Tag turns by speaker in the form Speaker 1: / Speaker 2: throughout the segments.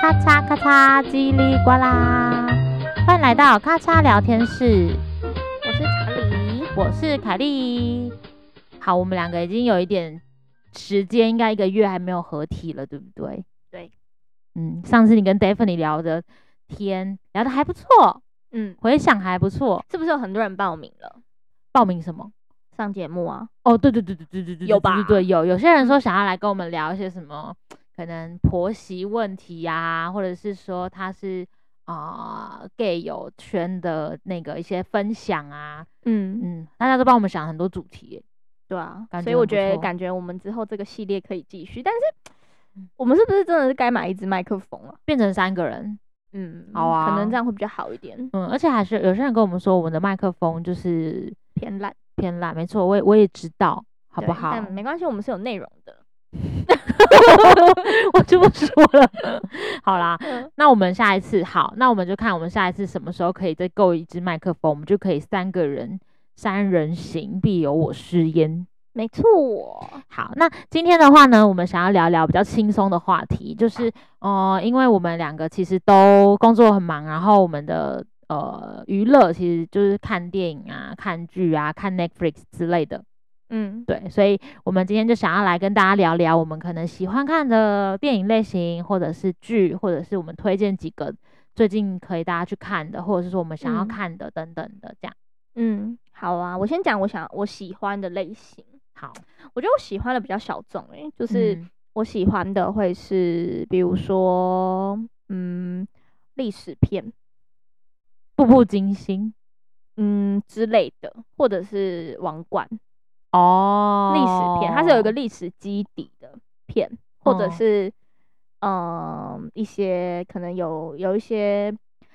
Speaker 1: 咔嚓咔嚓，叽里呱啦！欢迎来到咔嚓聊天室，
Speaker 2: 我是查理，
Speaker 1: 我是凯莉。好，我们两个已经有一点时间，应该一个月还没有合体了，对不对？
Speaker 2: 对，
Speaker 1: 嗯，上次你跟 d a p h n e 聊的天，聊的还不错，
Speaker 2: 嗯，
Speaker 1: 回想还不错。
Speaker 2: 是不是有很多人报名了
Speaker 1: 报名什么？
Speaker 2: 上节目啊？
Speaker 1: 哦，对对对对对对对，
Speaker 2: 有
Speaker 1: 对对
Speaker 2: 吧嗯
Speaker 1: 对，有有些人说想要来跟我们聊一些什么，可能婆媳问题呀、或者是说他是啊、呃 gay 友圈的那个一些分享啊，
Speaker 2: 嗯，
Speaker 1: 嗯，大家都帮我们想很多主题耶，
Speaker 2: 对啊
Speaker 1: 感，
Speaker 2: 所以
Speaker 1: 觉
Speaker 2: 我
Speaker 1: 很不
Speaker 2: 觉得
Speaker 1: 错
Speaker 2: 感觉我们之后这个系列可以继续，但是
Speaker 1: 嗯
Speaker 2: 我们是不是真的是该买一支麦克风啊？
Speaker 1: 变成三个人，
Speaker 2: 嗯，
Speaker 1: 好啊
Speaker 2: 可能这样会比较好一点。
Speaker 1: 嗯，而且还是有些人跟我们说我们的麦克风就是
Speaker 2: 偏烂，
Speaker 1: 偏烂，没错，我也我也知道，好不
Speaker 2: 对
Speaker 1: 好？
Speaker 2: 但没关系，我们是有内容 的。
Speaker 1: 我就不说了，好啦，
Speaker 2: 嗯
Speaker 1: 那我们下一次好，那我们就看我们下一次什么时候可以再购一支麦克风，我们就可以三个人三人行必有我师焉。
Speaker 2: 没错，
Speaker 1: 好，那今天的话呢，我们想要聊聊比较轻松的话题，就是呃，因为我们两个其实都工作很忙，然后我们的呃娱乐其实就是看电影啊、看剧啊、看 Netflix 之类的。
Speaker 2: 嗯，
Speaker 1: 对，所以我们今天就想要来跟大家聊聊我们可能喜欢看的电影类型，或者是剧，或者是我们推荐几个最近可以大家去看的，或者是说我们想要
Speaker 2: 嗯
Speaker 1: 看的等等的这样。
Speaker 2: 嗯，好啊，我先讲我想我喜欢的类型。
Speaker 1: 好，
Speaker 2: 我觉得我喜欢的比较小众诶、就是
Speaker 1: 嗯
Speaker 2: 我喜欢的会是，比如说，嗯，历史片，
Speaker 1: 步步惊心
Speaker 2: 嗯之类的，或者是王冠
Speaker 1: 哦，
Speaker 2: 历史片，它是有一个历史基底的片，或者
Speaker 1: 哦
Speaker 2: 是，嗯，一些可能有有一些，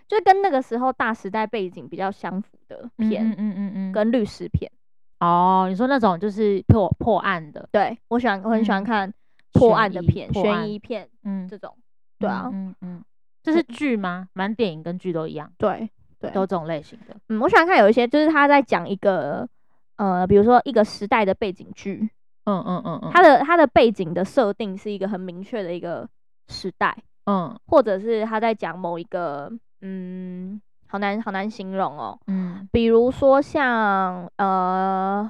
Speaker 2: 就是跟那个时候大时代背景比较相符的
Speaker 1: 嗯
Speaker 2: 片，
Speaker 1: 嗯嗯嗯嗯，
Speaker 2: 跟律师片。
Speaker 1: 哦，你说那种就是破破案的
Speaker 2: 对我喜欢，我很喜欢
Speaker 1: 嗯
Speaker 2: 看破
Speaker 1: 悬
Speaker 2: 案的
Speaker 1: 疑
Speaker 2: 片、
Speaker 1: 破
Speaker 2: 悬
Speaker 1: 案
Speaker 2: 疑片
Speaker 1: 嗯，
Speaker 2: 这种。对啊，
Speaker 1: 嗯嗯嗯，这是剧吗？反正电影跟剧都一样，
Speaker 2: 对对，
Speaker 1: 都这种类型的。
Speaker 2: 嗯，我想看有一些就是他在讲一个呃，比如说一个时代的背景剧，
Speaker 1: 嗯嗯嗯嗯，
Speaker 2: 它的它的背景的设定是一个很明确的一个时代，
Speaker 1: 嗯
Speaker 2: 或者是他在讲某一个嗯，好难好难形容哦，
Speaker 1: 嗯
Speaker 2: 比如说像呃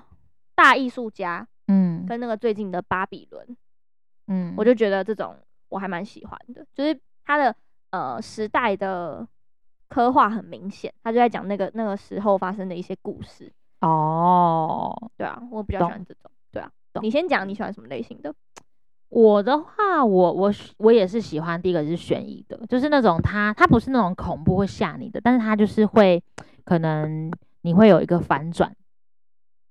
Speaker 2: 大艺术家
Speaker 1: 嗯
Speaker 2: 跟那个最近的巴比伦，
Speaker 1: 嗯，
Speaker 2: 我就觉得这种我还蛮喜欢的，就是它的呃时代的。刻画很明显，他就在讲那个那个时候发生的一些故事，
Speaker 1: 哦，
Speaker 2: 对啊，我比较喜欢
Speaker 1: 懂
Speaker 2: 这种。对啊，
Speaker 1: 懂
Speaker 2: 你先讲你喜欢什么类型的？
Speaker 1: 我的话，我我是我也是喜欢第一个是悬疑的，就是那种它它不是那种恐怖会吓你的，但是它就是会可能你会有一个反转，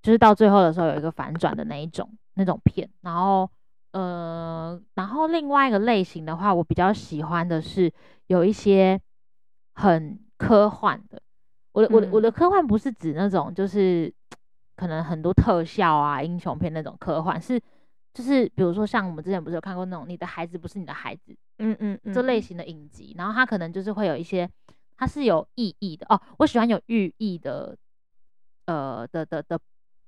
Speaker 1: 就是到最后的时候有一个反转的那一种那种片。然后呃，然后另外一个类型的话，我比较喜欢的是有一些很科幻的。我的我的我的
Speaker 2: 嗯
Speaker 1: 科幻不是指那种就是可能很多特效啊、英雄片那种科幻，是就是比如说像我们之前不是有看过那种《你的孩子不是你的孩子》
Speaker 2: 嗯嗯嗯
Speaker 1: 这类型的影集，然后它可能就是会有一些它是有意义的哦，我喜欢有寓意的呃的的的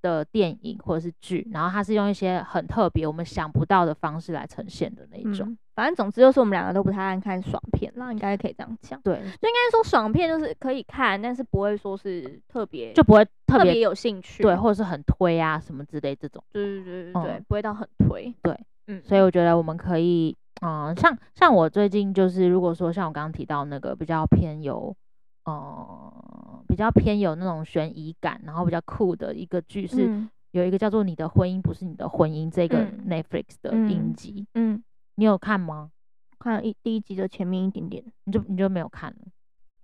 Speaker 1: 的电影或者是剧，然后它是用一些很特别我们想不到的方式来呈现的那一种。
Speaker 2: 嗯反正总之就是我们两个都不太爱看爽片啦，应该可以这样讲。
Speaker 1: 对，
Speaker 2: 就应该说爽片就是可以看，但是不会说是特别
Speaker 1: 就不会特
Speaker 2: 特
Speaker 1: 别
Speaker 2: 别有兴趣。
Speaker 1: 对，或者是很推啊什么之类这种。
Speaker 2: 对对对对对，
Speaker 1: 嗯
Speaker 2: 不会到很推。
Speaker 1: 对，
Speaker 2: 嗯，
Speaker 1: 所以我觉得我们可以，嗯、像像我最近就是，如果说像我刚刚提到那个比较偏有，呃，比较偏有那种悬疑感，然后比较酷的一个剧是、
Speaker 2: 嗯
Speaker 1: 有一个叫做《你的婚姻不是你的婚姻》这个
Speaker 2: 嗯
Speaker 1: Netflix 的影
Speaker 2: 嗯
Speaker 1: 集，
Speaker 2: 嗯，
Speaker 1: 你有看吗？
Speaker 2: 看了一第一集的前面一点点。
Speaker 1: 你就你就没有看了。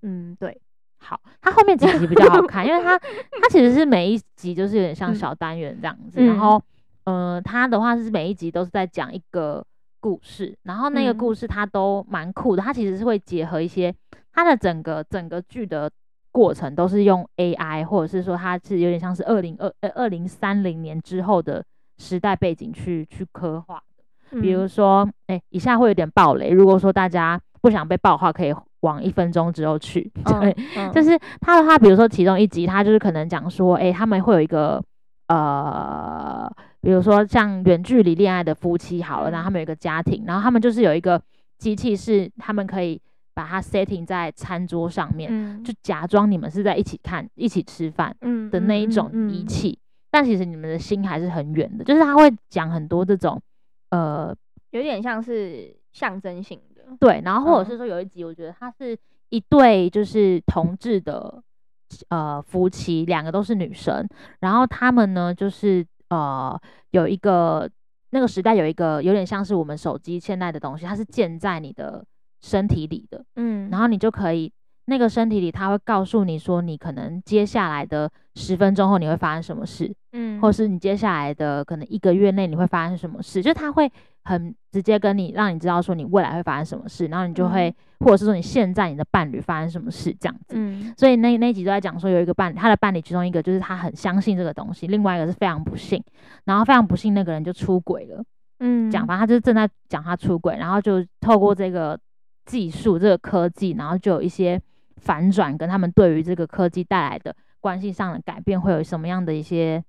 Speaker 2: 嗯，对，
Speaker 1: 好，它后面几集比较好看，因为它 它其实是每一集就是有点像
Speaker 2: 嗯
Speaker 1: 小单元这样子，
Speaker 2: 嗯
Speaker 1: 然后呃，它的话是每一集都是在讲一个故事，然后那个故
Speaker 2: 嗯
Speaker 1: 事它都蛮酷的，它其实是会结合一些它的整个整个剧的过程都是用 AI，或者是说它是有点像是二零二呃二零三零年之后的时代背景去去刻画的。比如
Speaker 2: 嗯
Speaker 1: 说，哎、以下会有点暴雷，如果说大家不想被爆的话，可以往一分钟之后去。 对，，
Speaker 2: 嗯
Speaker 1: 就，是他的话，比如说其中一集，他就是可能讲说，诶，他们会有一个呃，比如说像远距离恋爱的夫妻好了，然后
Speaker 2: 嗯
Speaker 1: 他们有一个家庭，然后他们就是有一个机器是他们可以把它 setting 在餐桌上面，
Speaker 2: 嗯
Speaker 1: 就假装你们是在一起看、一起吃饭
Speaker 2: 嗯
Speaker 1: 的那一种仪，器，但其实你们的心还是很远的。就是他会讲很多这种呃
Speaker 2: 有点像是象征性的，
Speaker 1: 对，然后或者
Speaker 2: 嗯
Speaker 1: 是说有一集，我觉得他是一对就是同志的呃夫妻，两个都是女生，然后他们呢就是呃有一个那个时代有一个有点像是我们手机现在的东西，它是建在你的身体里的，
Speaker 2: 嗯
Speaker 1: 然后你就可以。那个身体里，它会告诉你说，你可能接下来的十分钟后你会发生什么事，
Speaker 2: 嗯
Speaker 1: 或是你接下来的可能一个月内你会发生什么事，就是他会很直接跟你，让你知道说你未来会发生什么事，然后
Speaker 2: 嗯
Speaker 1: 你就会，或者是说你现在你的伴侣发生什么事这样子。
Speaker 2: 嗯
Speaker 1: 所以那那一集都在讲说，有一个伴侣，他的伴侣其中一个就是他很相信这个东西，另外一个是非常不信，然后非常不信那个人就出轨了，
Speaker 2: 嗯
Speaker 1: 讲吧，他就是正在讲他出轨，然后就透过这个技术、这个科技，然后就有一些反转，跟他们对于这个科技带来的关系上的改变，会有什么样的一些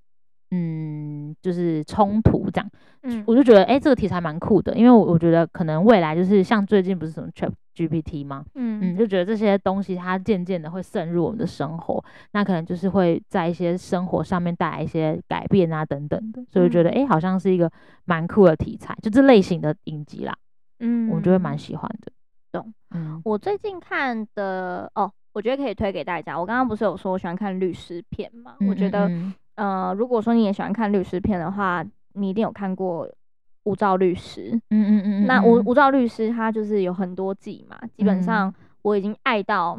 Speaker 1: 嗯，就是冲突这样。
Speaker 2: 嗯
Speaker 1: 我就觉得，哎、这个题材蛮酷的，因为我我觉得可能未来就是像最近不是什么 Chat GPT 吗？嗯，
Speaker 2: 嗯
Speaker 1: 就觉得这些东西它渐渐的会渗入我们的生活，那可能就是会在一些生活上面带来一些改变啊等等的，所以我觉得诶，好像是一个蛮酷的题材，就这类型的影集啦，
Speaker 2: 嗯
Speaker 1: 我就会蛮喜欢的。
Speaker 2: 懂，
Speaker 1: 嗯，
Speaker 2: 我最近看的哦，我觉得可以推给大家。我刚刚不是有说我喜欢看律师片嘛？我觉
Speaker 1: 嗯
Speaker 2: 得，
Speaker 1: 嗯
Speaker 2: 呃，如果说你也喜欢看律师片的话，你一定有看过《无照律师》。
Speaker 1: 嗯嗯嗯，
Speaker 2: 那
Speaker 1: 嗯
Speaker 2: 无
Speaker 1: 嗯
Speaker 2: 无照律师他就是有很多季嘛，基本上我已经爱到，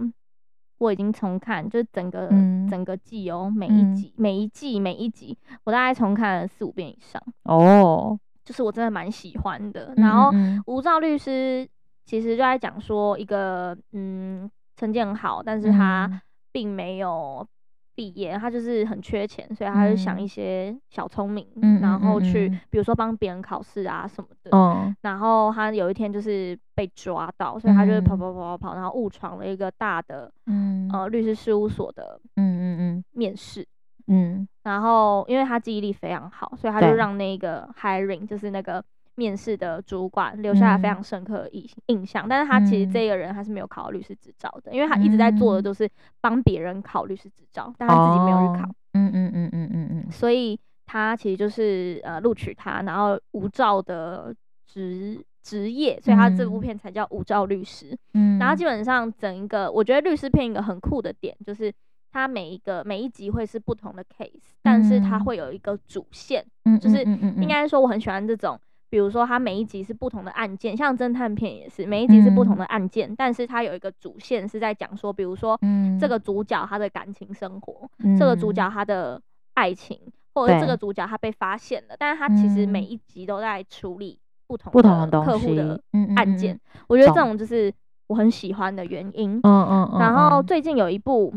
Speaker 2: 我已经重看，就是整个、
Speaker 1: 嗯
Speaker 2: 整个季哦，每
Speaker 1: 嗯
Speaker 2: 一集、每一季每一集，我大概重看了四五遍以上，
Speaker 1: 哦，
Speaker 2: 就是我真的蛮喜欢的。
Speaker 1: 嗯
Speaker 2: 然后
Speaker 1: 嗯嗯
Speaker 2: 无照律师其实就在讲说一个嗯成绩很好，但是他
Speaker 1: 嗯
Speaker 2: 并没有毕业，他就是很缺钱，所以他就想
Speaker 1: 嗯
Speaker 2: 一些小聪明，
Speaker 1: 嗯嗯
Speaker 2: 然后
Speaker 1: 嗯
Speaker 2: 去
Speaker 1: 嗯
Speaker 2: 比如说帮别人考试啊什么的。
Speaker 1: 哦，
Speaker 2: 然后他有一天就是被抓到，所以他就是跑
Speaker 1: 嗯
Speaker 2: 跑跑跑跑，然后误闯了一个大的
Speaker 1: 嗯
Speaker 2: 呃律师事务所的
Speaker 1: 嗯嗯
Speaker 2: 面试。
Speaker 1: 嗯嗯
Speaker 2: 然后因为他记忆力非常好，所以他就
Speaker 1: 对
Speaker 2: 让那个 hiring 就是那个面试的主管留下了非
Speaker 1: 嗯
Speaker 2: 常深刻的印印象。但是他其实
Speaker 1: 嗯
Speaker 2: 这个人他是没有考到律师执照的，因为他一直在做的
Speaker 1: 嗯
Speaker 2: 都是帮别人考律师执照，但他自己没有去考，
Speaker 1: 哦嗯嗯嗯嗯嗯嗯，
Speaker 2: 所以他其实就是呃录取他，然后无照的职职业，所以他这部
Speaker 1: 嗯
Speaker 2: 片才叫无照律师。
Speaker 1: 嗯
Speaker 2: 然后基本上整一个，我觉得律师片一个很酷的点就是。它每一个每一集会是不同的 case，但是它
Speaker 1: 嗯
Speaker 2: 会有一个主线，
Speaker 1: 本
Speaker 2: 就是
Speaker 1: 应
Speaker 2: 应该说我很喜欢这种，比如说它每一集是不同的案件，像侦探片也是，每一集是不同
Speaker 1: 嗯
Speaker 2: 的案件，但是它有一个主线是在讲说，比如说
Speaker 1: 嗯
Speaker 2: 这个主角他的感情生活，这个主角他的爱情，或者是这
Speaker 1: 对
Speaker 2: 个主角他被发现了，但是他其实每
Speaker 1: 嗯
Speaker 2: 一集都在处理不同
Speaker 1: 不同的
Speaker 2: 客
Speaker 1: 东
Speaker 2: 户
Speaker 1: 西
Speaker 2: 的
Speaker 1: 嗯嗯
Speaker 2: 案
Speaker 1: 嗯
Speaker 2: 件，我觉得这
Speaker 1: 懂
Speaker 2: 种就是我很喜欢的原因。
Speaker 1: 嗯嗯嗯，
Speaker 2: 然后
Speaker 1: 嗯
Speaker 2: 最近有一部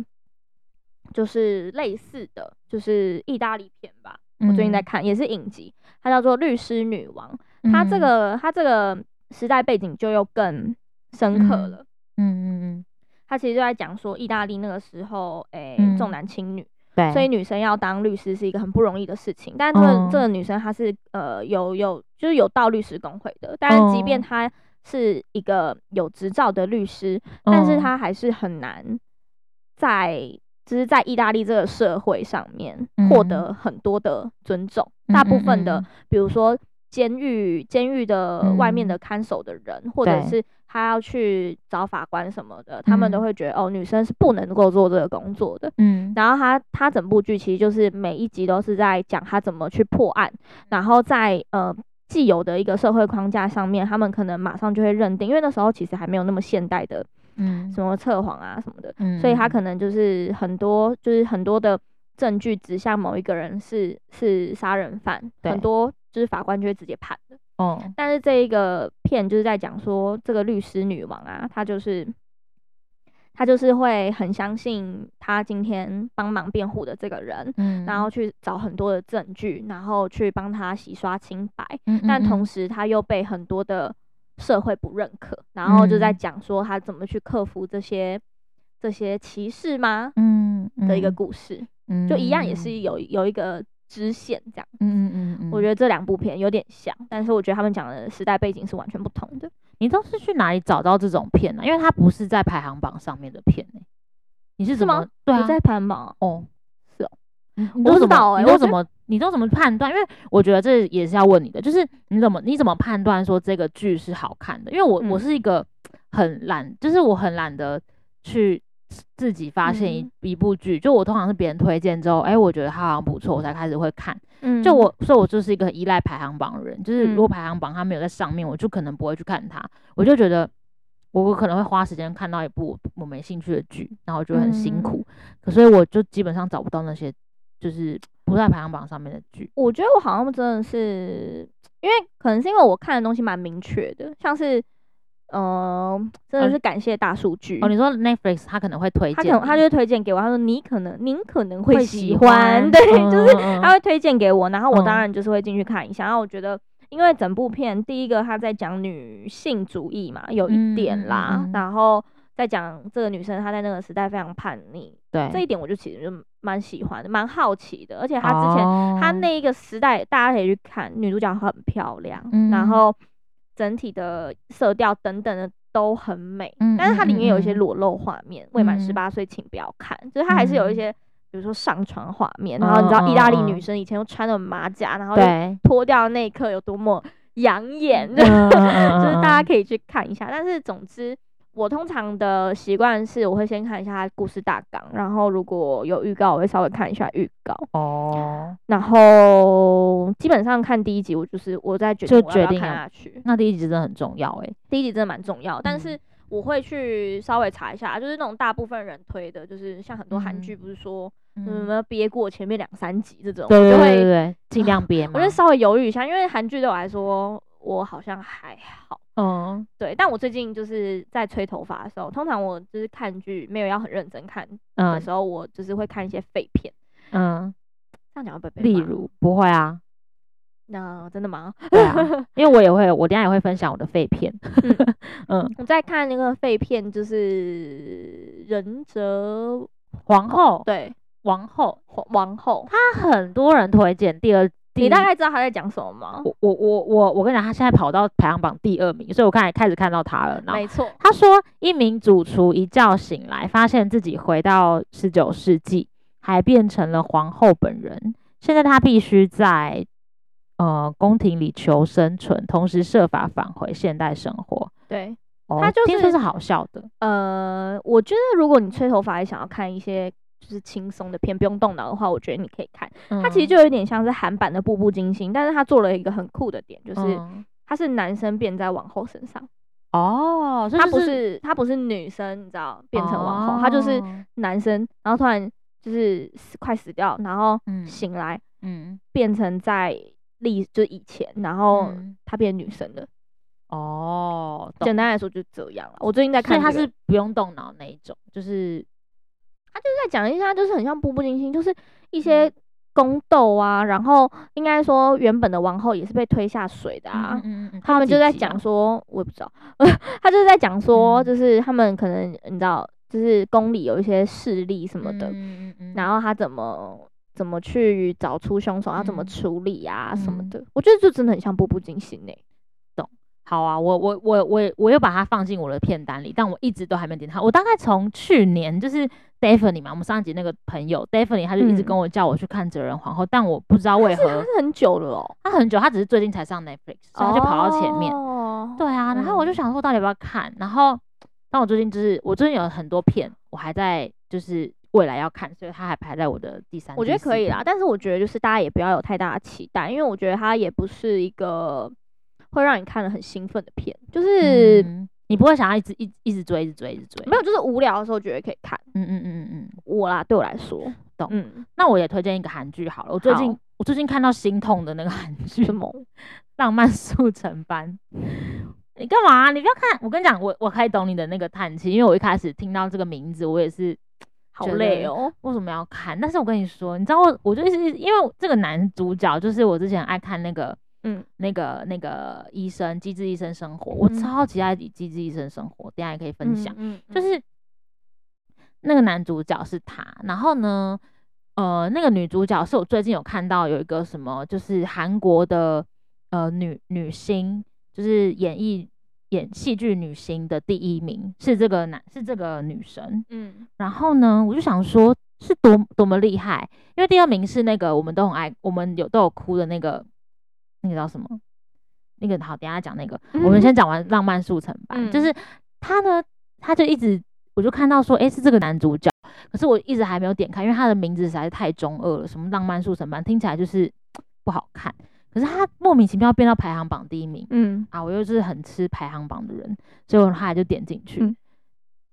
Speaker 2: 就是类似的，就是意大利片吧，我最近在
Speaker 1: 嗯
Speaker 2: 看，也是影集，它叫做《律师女王》。它这
Speaker 1: 嗯
Speaker 2: 个它这个时代背景就又更深刻
Speaker 1: 嗯
Speaker 2: 了。
Speaker 1: 嗯嗯嗯，
Speaker 2: 它其实就在讲说意大利那个时候，诶、重
Speaker 1: 嗯
Speaker 2: 男轻女，
Speaker 1: 对，
Speaker 2: 所以女生要当律师是一个很不容易的事情。但是这个、这
Speaker 1: 哦
Speaker 2: 个女生她是呃有有就是有到律师工会的，但是即便
Speaker 1: 哦
Speaker 2: 她是一个有执照的律师，但是
Speaker 1: 嗯
Speaker 2: 她还是很难在就是在意大利这个社会上面获
Speaker 1: 嗯
Speaker 2: 得很多的尊重。大部分的，
Speaker 1: 嗯嗯
Speaker 2: 比如说监狱监狱的外面的看守的人，或者
Speaker 1: 嗯对
Speaker 2: 是他要去找法官什么的，他们都
Speaker 1: 嗯
Speaker 2: 会觉得哦，女生是不能够做这个工作的。
Speaker 1: 嗯，嗯
Speaker 2: 然后他他整部剧其实就是每一集都是在讲他怎么去破案，然后在呃既有的一个社会框架上面，他们可能马上就会认定，因为那时候其实还没有那么现代的
Speaker 1: 嗯
Speaker 2: 什么测谎啊什么的，
Speaker 1: 嗯，
Speaker 2: 所以他
Speaker 1: 嗯
Speaker 2: 可能就是很多就是很多的证据指向某一个人是是杀人犯，很
Speaker 1: 对
Speaker 2: 多就是法官就会直接判的。
Speaker 1: 哦，
Speaker 2: 但是这一个片就是在讲说，这个律师女王啊，她就是她就是会很相信她今天帮忙辩护的这个人，
Speaker 1: 嗯，
Speaker 2: 然后去找很多的证据，然后去帮他洗刷清白。
Speaker 1: 嗯，嗯
Speaker 2: 但同
Speaker 1: 嗯
Speaker 2: 时他又被很多的社会不认可，然后就在
Speaker 1: 嗯
Speaker 2: 讲说他怎么去克服这些这些歧视吗
Speaker 1: 嗯
Speaker 2: 的一个
Speaker 1: 嗯
Speaker 2: 故事，
Speaker 1: 嗯
Speaker 2: 就一样也
Speaker 1: 嗯
Speaker 2: 是有有一个支线这样。
Speaker 1: 嗯嗯嗯，
Speaker 2: 我觉得这两部片有点像，但是我觉得他们讲的时代背景是完全不同的。
Speaker 1: 你都是去哪里找到这种片呢、因为它不是在排行榜上面的片、欸、你是
Speaker 2: 是
Speaker 1: 怎
Speaker 2: 吗
Speaker 1: 么？对
Speaker 2: 不
Speaker 1: 啊，
Speaker 2: 在排行榜啊，
Speaker 1: 哦，
Speaker 2: 是哦
Speaker 1: 你，
Speaker 2: 我
Speaker 1: 你
Speaker 2: 不
Speaker 1: 都
Speaker 2: 知
Speaker 1: 怎
Speaker 2: 道
Speaker 1: 么？
Speaker 2: 欸
Speaker 1: 你
Speaker 2: 我
Speaker 1: 都怎
Speaker 2: 觉
Speaker 1: 么？你都怎么判断？因为我觉得这也是要问你的，就是你怎么你怎么判断说这个剧是好看的？因为我、我
Speaker 2: 嗯
Speaker 1: 是一个很懒，就是我很懒得去自己发现一、
Speaker 2: 嗯
Speaker 1: 一部剧，就我通常是别人推荐之后，哎、我觉得它好像不错，我才开始会看。
Speaker 2: 嗯
Speaker 1: 就我，所以我就是一个很依赖排行榜的人，就是如果
Speaker 2: 嗯
Speaker 1: 排行榜它没有在上面，我就可能不会去看它，我就觉得我我可能会花时间看到一部我没兴趣的剧，然后我就很辛苦，
Speaker 2: 嗯
Speaker 1: 可所以我就基本上找不到那些就是不在排行榜上面的剧。
Speaker 2: 我觉得我好像真的是，因为可能是因为我看的东西蛮明确的，像是，呃，真
Speaker 1: 哦
Speaker 2: 的是感谢大数据，
Speaker 1: 哦，你说 Netflix 它可能会推
Speaker 2: 他
Speaker 1: 荐
Speaker 2: 可
Speaker 1: 你，
Speaker 2: 能他就会推荐给我，他说你可能您可能会喜
Speaker 1: 喜
Speaker 2: 欢，
Speaker 1: 欢，
Speaker 2: 对，
Speaker 1: 嗯
Speaker 2: 就是
Speaker 1: 嗯
Speaker 2: 他会推荐给我，然后我当
Speaker 1: 嗯
Speaker 2: 然就是会进去看一下，然后我觉得。因为整部片，第一个他在讲女性主义嘛，有一
Speaker 1: 嗯
Speaker 2: 点
Speaker 1: 嗯
Speaker 2: 啦，
Speaker 1: 嗯
Speaker 2: 然后再讲这个女生她在那个时代非常叛逆，
Speaker 1: 对
Speaker 2: 这一点我就其实就蛮喜欢的，蛮好奇的，而且他之前
Speaker 1: 哦
Speaker 2: 她那一个时代，大家可以去看，女主角很漂亮，然
Speaker 1: 嗯
Speaker 2: 后整体的色调等等的都很美，
Speaker 1: 嗯
Speaker 2: 但是它里
Speaker 1: 嗯嗯
Speaker 2: 面有一些
Speaker 1: 嗯
Speaker 2: 裸露画面，未满十
Speaker 1: 嗯
Speaker 2: 八岁请不要看，就是它还是有一
Speaker 1: 嗯
Speaker 2: 些，比如说上床画面，然后你知道意大利
Speaker 1: 嗯嗯
Speaker 2: 女
Speaker 1: 嗯
Speaker 2: 生以前都穿着马甲，然后又
Speaker 1: 对，
Speaker 2: 脱掉那一刻有多么养眼，
Speaker 1: 嗯嗯嗯
Speaker 2: 就是大家
Speaker 1: 嗯
Speaker 2: 可以去看一下。但是总之，我通常的习惯是我会先看一下它故事大纲，然后如果有预告，我会稍微看一下预告。
Speaker 1: 哦，
Speaker 2: 然后基本上看第一集，我就是我在决定
Speaker 1: 就
Speaker 2: 我要
Speaker 1: 决
Speaker 2: 不要
Speaker 1: 定
Speaker 2: 看
Speaker 1: 要
Speaker 2: 下去。
Speaker 1: 那第一集真的很重要欸诶、
Speaker 2: 第一集真的蛮重要，但是
Speaker 1: 嗯
Speaker 2: 我会去稍微查一下，就是那种大部分人推的，就是像很多韩
Speaker 1: 嗯
Speaker 2: 剧不是说
Speaker 1: 嗯
Speaker 2: 什么憋过前面两三集这种，
Speaker 1: 对对对对嗯
Speaker 2: 就会啊
Speaker 1: 对，尽量别嘛。
Speaker 2: 我就稍微犹豫一下，因为韩剧对我来说我好像还好。
Speaker 1: 嗯，
Speaker 2: 对，但我最近就是在吹头发的时候，通常我就是看剧没有要很认真看的
Speaker 1: 嗯
Speaker 2: 时候，我就是会看一些废片。
Speaker 1: 嗯，
Speaker 2: 这样讲会不会被
Speaker 1: 例
Speaker 2: 骂，
Speaker 1: 如不会 啊，
Speaker 2: 那真的吗？
Speaker 1: 对啊，因为我也会，我等一下也会分享我的废 片。嗯，
Speaker 2: 我在看那个废片，就是忍者
Speaker 1: 皇后，
Speaker 2: 对
Speaker 1: 王后，
Speaker 2: 皇王后，
Speaker 1: 他很多人推荐第二，第
Speaker 2: 你大概知道他在讲什么吗？
Speaker 1: 嗯我我我我我跟你讲，他现在跑到排行榜第二名，所以我刚才开始看到他了。然后
Speaker 2: 没错，
Speaker 1: 他说，一名主厨一觉醒来，发现自己回到十九世纪，还变成了皇后本人。现在他必须在呃宫廷里求生存，同时设法返回现代生活。
Speaker 2: 对，
Speaker 1: 哦
Speaker 2: 他就
Speaker 1: 听说是
Speaker 2: 是
Speaker 1: 好笑的，
Speaker 2: 呃，我觉得如果你吹头发也想要看一些就是轻松的片，不用动脑的话，我觉得你可以看。它其实
Speaker 1: 嗯
Speaker 2: 就有点像是韩版的《步步惊心》，但是它做了一个很酷的点，就
Speaker 1: 就是
Speaker 2: 它是男生变在王后身上，
Speaker 1: 哦，所以
Speaker 2: 它不
Speaker 1: 就是
Speaker 2: 它不是女生，你知道变成王后，它就是
Speaker 1: 哦
Speaker 2: 男生，然后突然就是死快死掉，然后
Speaker 1: 嗯
Speaker 2: 醒来。
Speaker 1: 嗯
Speaker 2: 变成在历就是以前，然后
Speaker 1: 嗯
Speaker 2: 她变女生了。
Speaker 1: 哦，懂
Speaker 2: 简单来说就是这样了。我最近在
Speaker 1: 所
Speaker 2: 看
Speaker 1: 以
Speaker 2: 这个、
Speaker 1: 他是不用动脑那一种，就是
Speaker 2: 再讲一下，就是很像《步步惊心》，就是一些
Speaker 1: 嗯
Speaker 2: 宫斗啊，然后应该说原本的王后也是被推下水的啊。
Speaker 1: 嗯嗯嗯嗯，
Speaker 2: 他
Speaker 1: 有
Speaker 2: 们就
Speaker 1: 几
Speaker 2: 在
Speaker 1: 集啊
Speaker 2: 讲说，我也不知道， 他就是在讲说，
Speaker 1: 嗯
Speaker 2: 就是他们可能你知道，就是宫里有一些势力什么的，
Speaker 1: 嗯嗯嗯
Speaker 2: 然
Speaker 1: 后
Speaker 2: 后他怎么怎么去找出凶手，要怎么
Speaker 1: 嗯
Speaker 2: 处理啊什么
Speaker 1: 嗯
Speaker 2: 的，我觉得就真的很像《步步惊心》欸呢。
Speaker 1: 好啊，我我我我我又把它放进我的片单里，但我一直都还没点它。我大概从去年就是 Stephanie 嘛，我们上一集那个朋友 Stephanie，他就一直
Speaker 2: 嗯
Speaker 1: 跟我叫我去看《哲人皇后》，但我不知道为
Speaker 2: 但
Speaker 1: 何
Speaker 2: 是很久了哦，
Speaker 1: 他很久，他只是最近才上 Netflix，所以他就跑到前面。
Speaker 2: 哦、
Speaker 1: 对啊，然后我就
Speaker 2: 嗯
Speaker 1: 想说，到底要不要看？然后，但我最近就是我最近有很多片，我还在就是未来要看，所以它还排在我的第三。
Speaker 2: 我觉得
Speaker 1: 第
Speaker 2: 可
Speaker 1: 四
Speaker 2: 以
Speaker 1: 名
Speaker 2: 啦，。但是我觉得就是大家也不要有太大的期待，因为我觉得它也不是一个会让你看了很兴奋的片，就是、
Speaker 1: 嗯你不会想要一直一一直追，一直追，一直追。
Speaker 2: 没有就是无聊的时候觉得可以看。
Speaker 1: 嗯嗯嗯嗯嗯。
Speaker 2: 我啦，对我来说，
Speaker 1: 懂
Speaker 2: 嗯，
Speaker 1: 那我也推荐一个韩剧好了，我最近
Speaker 2: 好
Speaker 1: 我最近看到心痛的那个 韩剧《
Speaker 2: 什么？
Speaker 1: 浪漫速成班》。你干嘛、啊你不要看！我跟你讲，我我可以懂你的那个叹气，因为我一开始听到这个名字，我也是
Speaker 2: 好
Speaker 1: 觉得
Speaker 2: 累哦。
Speaker 1: 为什么要看？但是我跟你说，你知道我，我就是因为这个男主角，就是我之前爱看那个，
Speaker 2: 嗯
Speaker 1: 嗯，那个那个医生《机智医生生活》，我
Speaker 2: 嗯
Speaker 1: 超级爱《机智医生生活》，等一下也可以分享。
Speaker 2: 嗯，嗯
Speaker 1: 就
Speaker 2: 嗯
Speaker 1: 是那个男主角是他，然后呢，呃，那个女主角是我最近有看到有一个什么，就是韩国的呃女女星，就是演艺演戏剧女星的第一名是这个男是这个女生，
Speaker 2: 嗯，
Speaker 1: 然后呢，我就想说是多多么厉害，因为第二名是那个我们都很爱，我们有都有哭的那个，那个叫什么？那个好，等一下讲那个，我们先讲完《浪漫速成班》就
Speaker 2: 嗯
Speaker 1: 是他呢，他就一直我就看到说，诶，是这个男主角，可是我一直还没有点开，因为他的名字实在是太中二了，什么《浪漫速成班》听起来就是不好看，可是他莫名其妙变到排行榜第一名。
Speaker 2: 嗯，
Speaker 1: 啊，我又是很吃排行榜的人，所以我后来就点进去，
Speaker 2: 嗯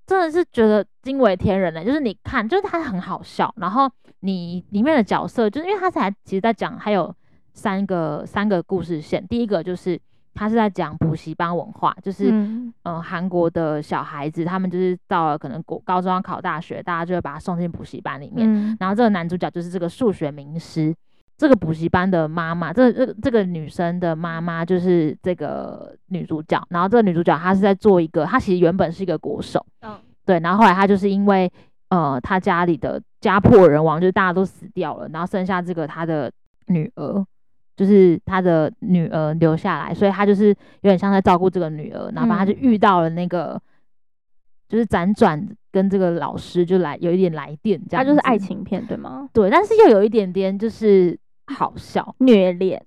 Speaker 1: 真的是觉得惊为天人呢、就是你看，就是它很好笑，然后你里面的角色，就是因为它才其实在讲还有三个三个故事线，第一个就是它是在讲补习班文化，就是
Speaker 2: 嗯
Speaker 1: 嗯，韩国的小孩子，他们就是到了可能国高中要考大学，大家就会把他送进补习班里面。
Speaker 2: 嗯
Speaker 1: 然后这个男主角就是这个数学名师，这个补习班的妈妈，这这这个女生的妈妈就是这个女主角。然后这个女主角她是在做一个，她其实原本是一个国手，
Speaker 2: 嗯
Speaker 1: 对，然后后来她就是因为呃她家里的家破人亡，就是大家都死掉了，然后剩下这个她的女儿。就是她的女儿留下来，所以她就是有点像在照顾这个女儿，然后她就
Speaker 2: 嗯
Speaker 1: 遇到了那个，就是辗转跟这个老师就来有一点来电，这样
Speaker 2: 它就是
Speaker 1: 子
Speaker 2: 爱情片对吗？
Speaker 1: 对，但是又有一点点就是好笑，
Speaker 2: 虐恋，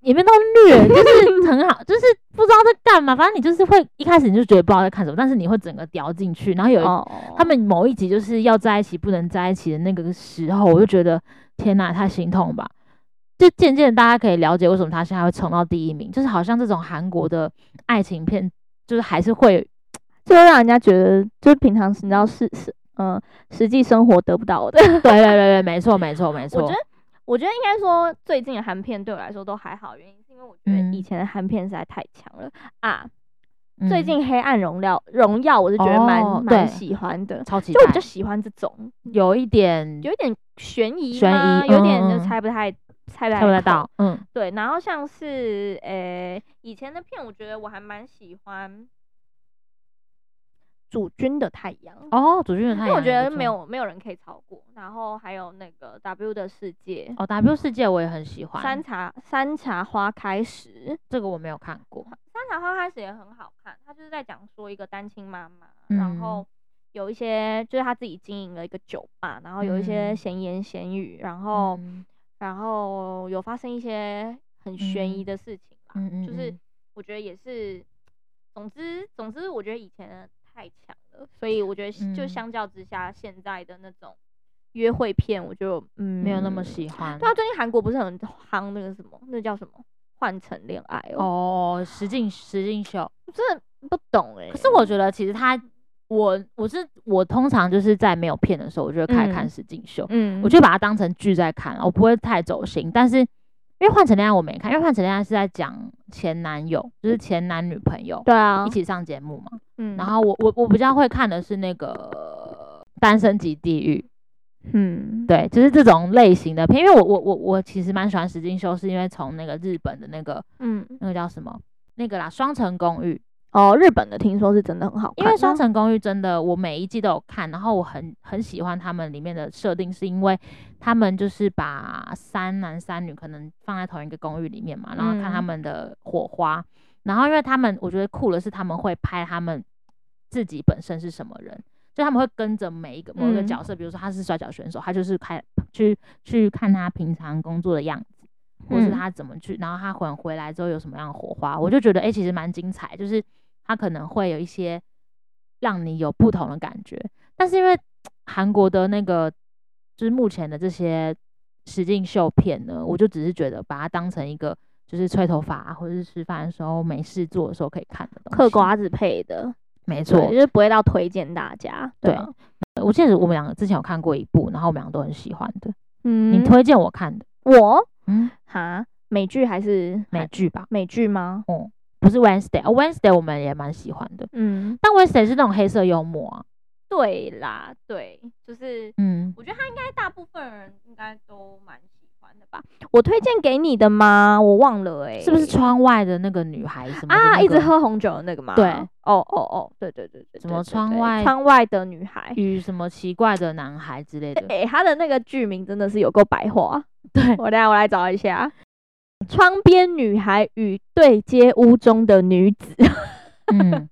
Speaker 1: 也没 有到虐，就是很好，就是不知道在干嘛。反正你就是会一开始你就觉得不知道在看什么，但是你会整个掉进去。然后有一、
Speaker 2: 哦，
Speaker 1: 他们某一集就是要在一起不能在一起的那个时候，我就觉得天哪，太心痛吧。就渐渐大家可以了解为什么他现在会冲到第一名，就是好像这种韩国的爱情片，就是还是会
Speaker 2: 就会让人家觉得，就是平常你知道是是嗯、实际生活得不到的。
Speaker 1: 对对对对，没错没错没错。
Speaker 2: 我觉得，我觉得应该说最近的韩片对我来说都还好，原因是因为我觉得
Speaker 1: 嗯
Speaker 2: 以前的韩片实在太强了、啊。
Speaker 1: 嗯
Speaker 2: 最近《黑暗荣耀》荣耀，我是觉得蛮
Speaker 1: 哦
Speaker 2: 蛮、
Speaker 1: 对
Speaker 2: 喜欢的，
Speaker 1: 超级
Speaker 2: 就我比较
Speaker 1: 待
Speaker 2: 喜欢这种，
Speaker 1: 有一点
Speaker 2: 有一点悬疑
Speaker 1: 悬
Speaker 2: 吗
Speaker 1: 疑
Speaker 2: 有点
Speaker 1: 嗯嗯
Speaker 2: 就
Speaker 1: 嗯
Speaker 2: 猜不太、猜不
Speaker 1: 猜
Speaker 2: 太
Speaker 1: 不太
Speaker 2: 透
Speaker 1: 到，嗯
Speaker 2: 对，然后像是呃、以前的片，我觉得我还蛮喜欢《主君的太阳》
Speaker 1: 哦，主君的太阳
Speaker 2: 因
Speaker 1: 也不
Speaker 2: 为
Speaker 1: 错，
Speaker 2: 我觉得没有没有人可以超过。然后还有那个 W 的世界，
Speaker 1: 哦，W 世界我也很喜欢，
Speaker 2: 山茶山茶花开时，
Speaker 1: 这个我没有看过，
Speaker 2: 山茶花开始也很好看，它就是在讲说一个单亲妈妈，
Speaker 1: 嗯
Speaker 2: 然后有一些就是她自己经营了一个酒吧，然后有一些
Speaker 1: 嗯
Speaker 2: 闲言闲语，然后、
Speaker 1: 嗯
Speaker 2: 然后有发生一些很悬疑
Speaker 1: 嗯
Speaker 2: 的事情啦，
Speaker 1: 嗯嗯
Speaker 2: 就是
Speaker 1: 嗯
Speaker 2: 我觉得也是，总之总之我觉得以前的太强了，所以我觉得就
Speaker 1: 嗯
Speaker 2: 相较之下，现在的那种约会片，我就嗯
Speaker 1: 没有那么喜欢。
Speaker 2: 对啊，最近韩国不是很夯那个什么，那叫什么《换乘恋爱》哦，
Speaker 1: 哦，实境实境秀，
Speaker 2: 我真的不懂哎、
Speaker 1: 可是我觉得其实他，我我是我通常就是在没有片的时候，我就会开始看
Speaker 2: 嗯
Speaker 1: 实境秀，
Speaker 2: 嗯
Speaker 1: 我就把它当成剧在看了，我不会太走心。但是因为换成恋爱我没看，因为换成恋爱是在讲前男友，就是前男女朋友
Speaker 2: 对啊
Speaker 1: 一，起上节目嘛。
Speaker 2: 嗯
Speaker 1: 然后我我我比较会看的是那个《单身级地狱》。
Speaker 2: 嗯，
Speaker 1: 对，就是这种类型的片，因为我我我我其实蛮喜欢石进秀，是因为从那个日本的那个
Speaker 2: 嗯
Speaker 1: 那个叫什么那个啦，《双城公寓》，
Speaker 2: 哦，日本的听说是真的很好看
Speaker 1: 因
Speaker 2: 啊，
Speaker 1: 为《双城公寓》真的我每一季都有看，然后我很很喜欢他们里面的设定，是因为他们就是把三男三女可能放在同一个公寓里面嘛，然后看他
Speaker 2: 嗯
Speaker 1: 们的火花，然后因为他们我觉得酷的是他们会拍他们自己本身是什么人。就他们会跟着每一个某一个
Speaker 2: 嗯
Speaker 1: 角色，比如说他是摔跤选手，他就是开去去看他平常工作的样子，或是
Speaker 2: 嗯
Speaker 1: 他怎么去，然后他回回来之后有什么样的火花，我就觉得诶，其实蛮精彩，就是他可能会有一些让你有不同的感觉。但是因为韩国的那个就是目前的这些实境秀片呢，我就只是觉得把它当成一个就是吹头发、啊、或者是吃饭的时候没事做的时候可以看的东西。
Speaker 2: 嗑，瓜子配的，
Speaker 1: 没错
Speaker 2: 对，。就是不会到推荐大家，啊
Speaker 1: 对
Speaker 2: 吧
Speaker 1: 我记得我们两个之前有看过一部，然后我们两个都很喜欢的，
Speaker 2: 嗯，
Speaker 1: 你推荐我看的，
Speaker 2: 我
Speaker 1: 嗯，
Speaker 2: 哈美剧还是
Speaker 1: 美
Speaker 2: 韩
Speaker 1: 剧吧，
Speaker 2: 美剧吗？
Speaker 1: 不是 Wednesday，哦，Wednesday 我们也蛮喜欢的，
Speaker 2: 嗯，
Speaker 1: 但 Wednesday 是那种黑色幽默啊，
Speaker 2: 对啦，对，就是
Speaker 1: 嗯，
Speaker 2: 我觉得他应该大部分人应该都蛮喜欢的吧。我推荐给你的吗？我忘了哎、
Speaker 1: 是不是窗外的那个女孩什么的
Speaker 2: 啊？
Speaker 1: 那
Speaker 2: 一直
Speaker 1: 个
Speaker 2: 喝红酒的那个吗？
Speaker 1: 对
Speaker 2: 哦哦哦，对对对对，
Speaker 1: 什么
Speaker 2: 对对
Speaker 1: 窗
Speaker 2: 对
Speaker 1: 外
Speaker 2: 窗外的女孩？
Speaker 1: 与什么奇怪的男孩之类的，
Speaker 2: 哎、他的那个剧名真的是有够白话。
Speaker 1: 对，
Speaker 2: 我等下我来找一
Speaker 1: 哦
Speaker 2: 下，《窗边女孩与对街屋中的女子》
Speaker 1: 嗯，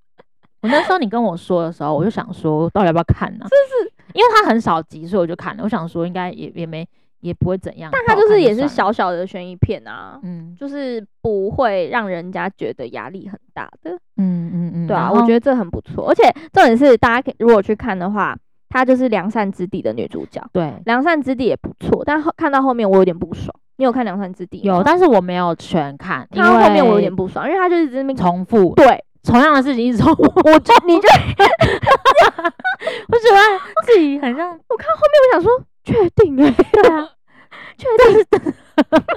Speaker 1: 我那时候你跟我说的时候，我就想说，到底要不要看呢、就是因为它很少集，所以我就看了。我想说，应该也也没也不会怎样。
Speaker 2: 但
Speaker 1: 它
Speaker 2: 它就是也是，小小的悬疑片啊，
Speaker 1: 嗯
Speaker 2: 就是不会让人家觉得压力很大的。
Speaker 1: 嗯嗯嗯，
Speaker 2: 对啊，我觉
Speaker 1: 得
Speaker 2: 得这很不错。而且重点是，大家可以如果去看的话，她就是《良善之地》的女主角，《
Speaker 1: 对
Speaker 2: 良善之地》也不错，但后看到后面我有点不爽。你有看《良善之地》吗
Speaker 1: 有，但是我没有全看，因
Speaker 2: 看到后面我有
Speaker 1: 为
Speaker 2: 点不爽，因为她就是一直在那边
Speaker 1: 重复，
Speaker 2: 对，
Speaker 1: 同样的事情一直重 复，我就
Speaker 2: 你就
Speaker 1: 我觉得自己很像，
Speaker 2: 我看后面我想说，确定哎、
Speaker 1: 对啊，
Speaker 2: 确定， 我真的确定。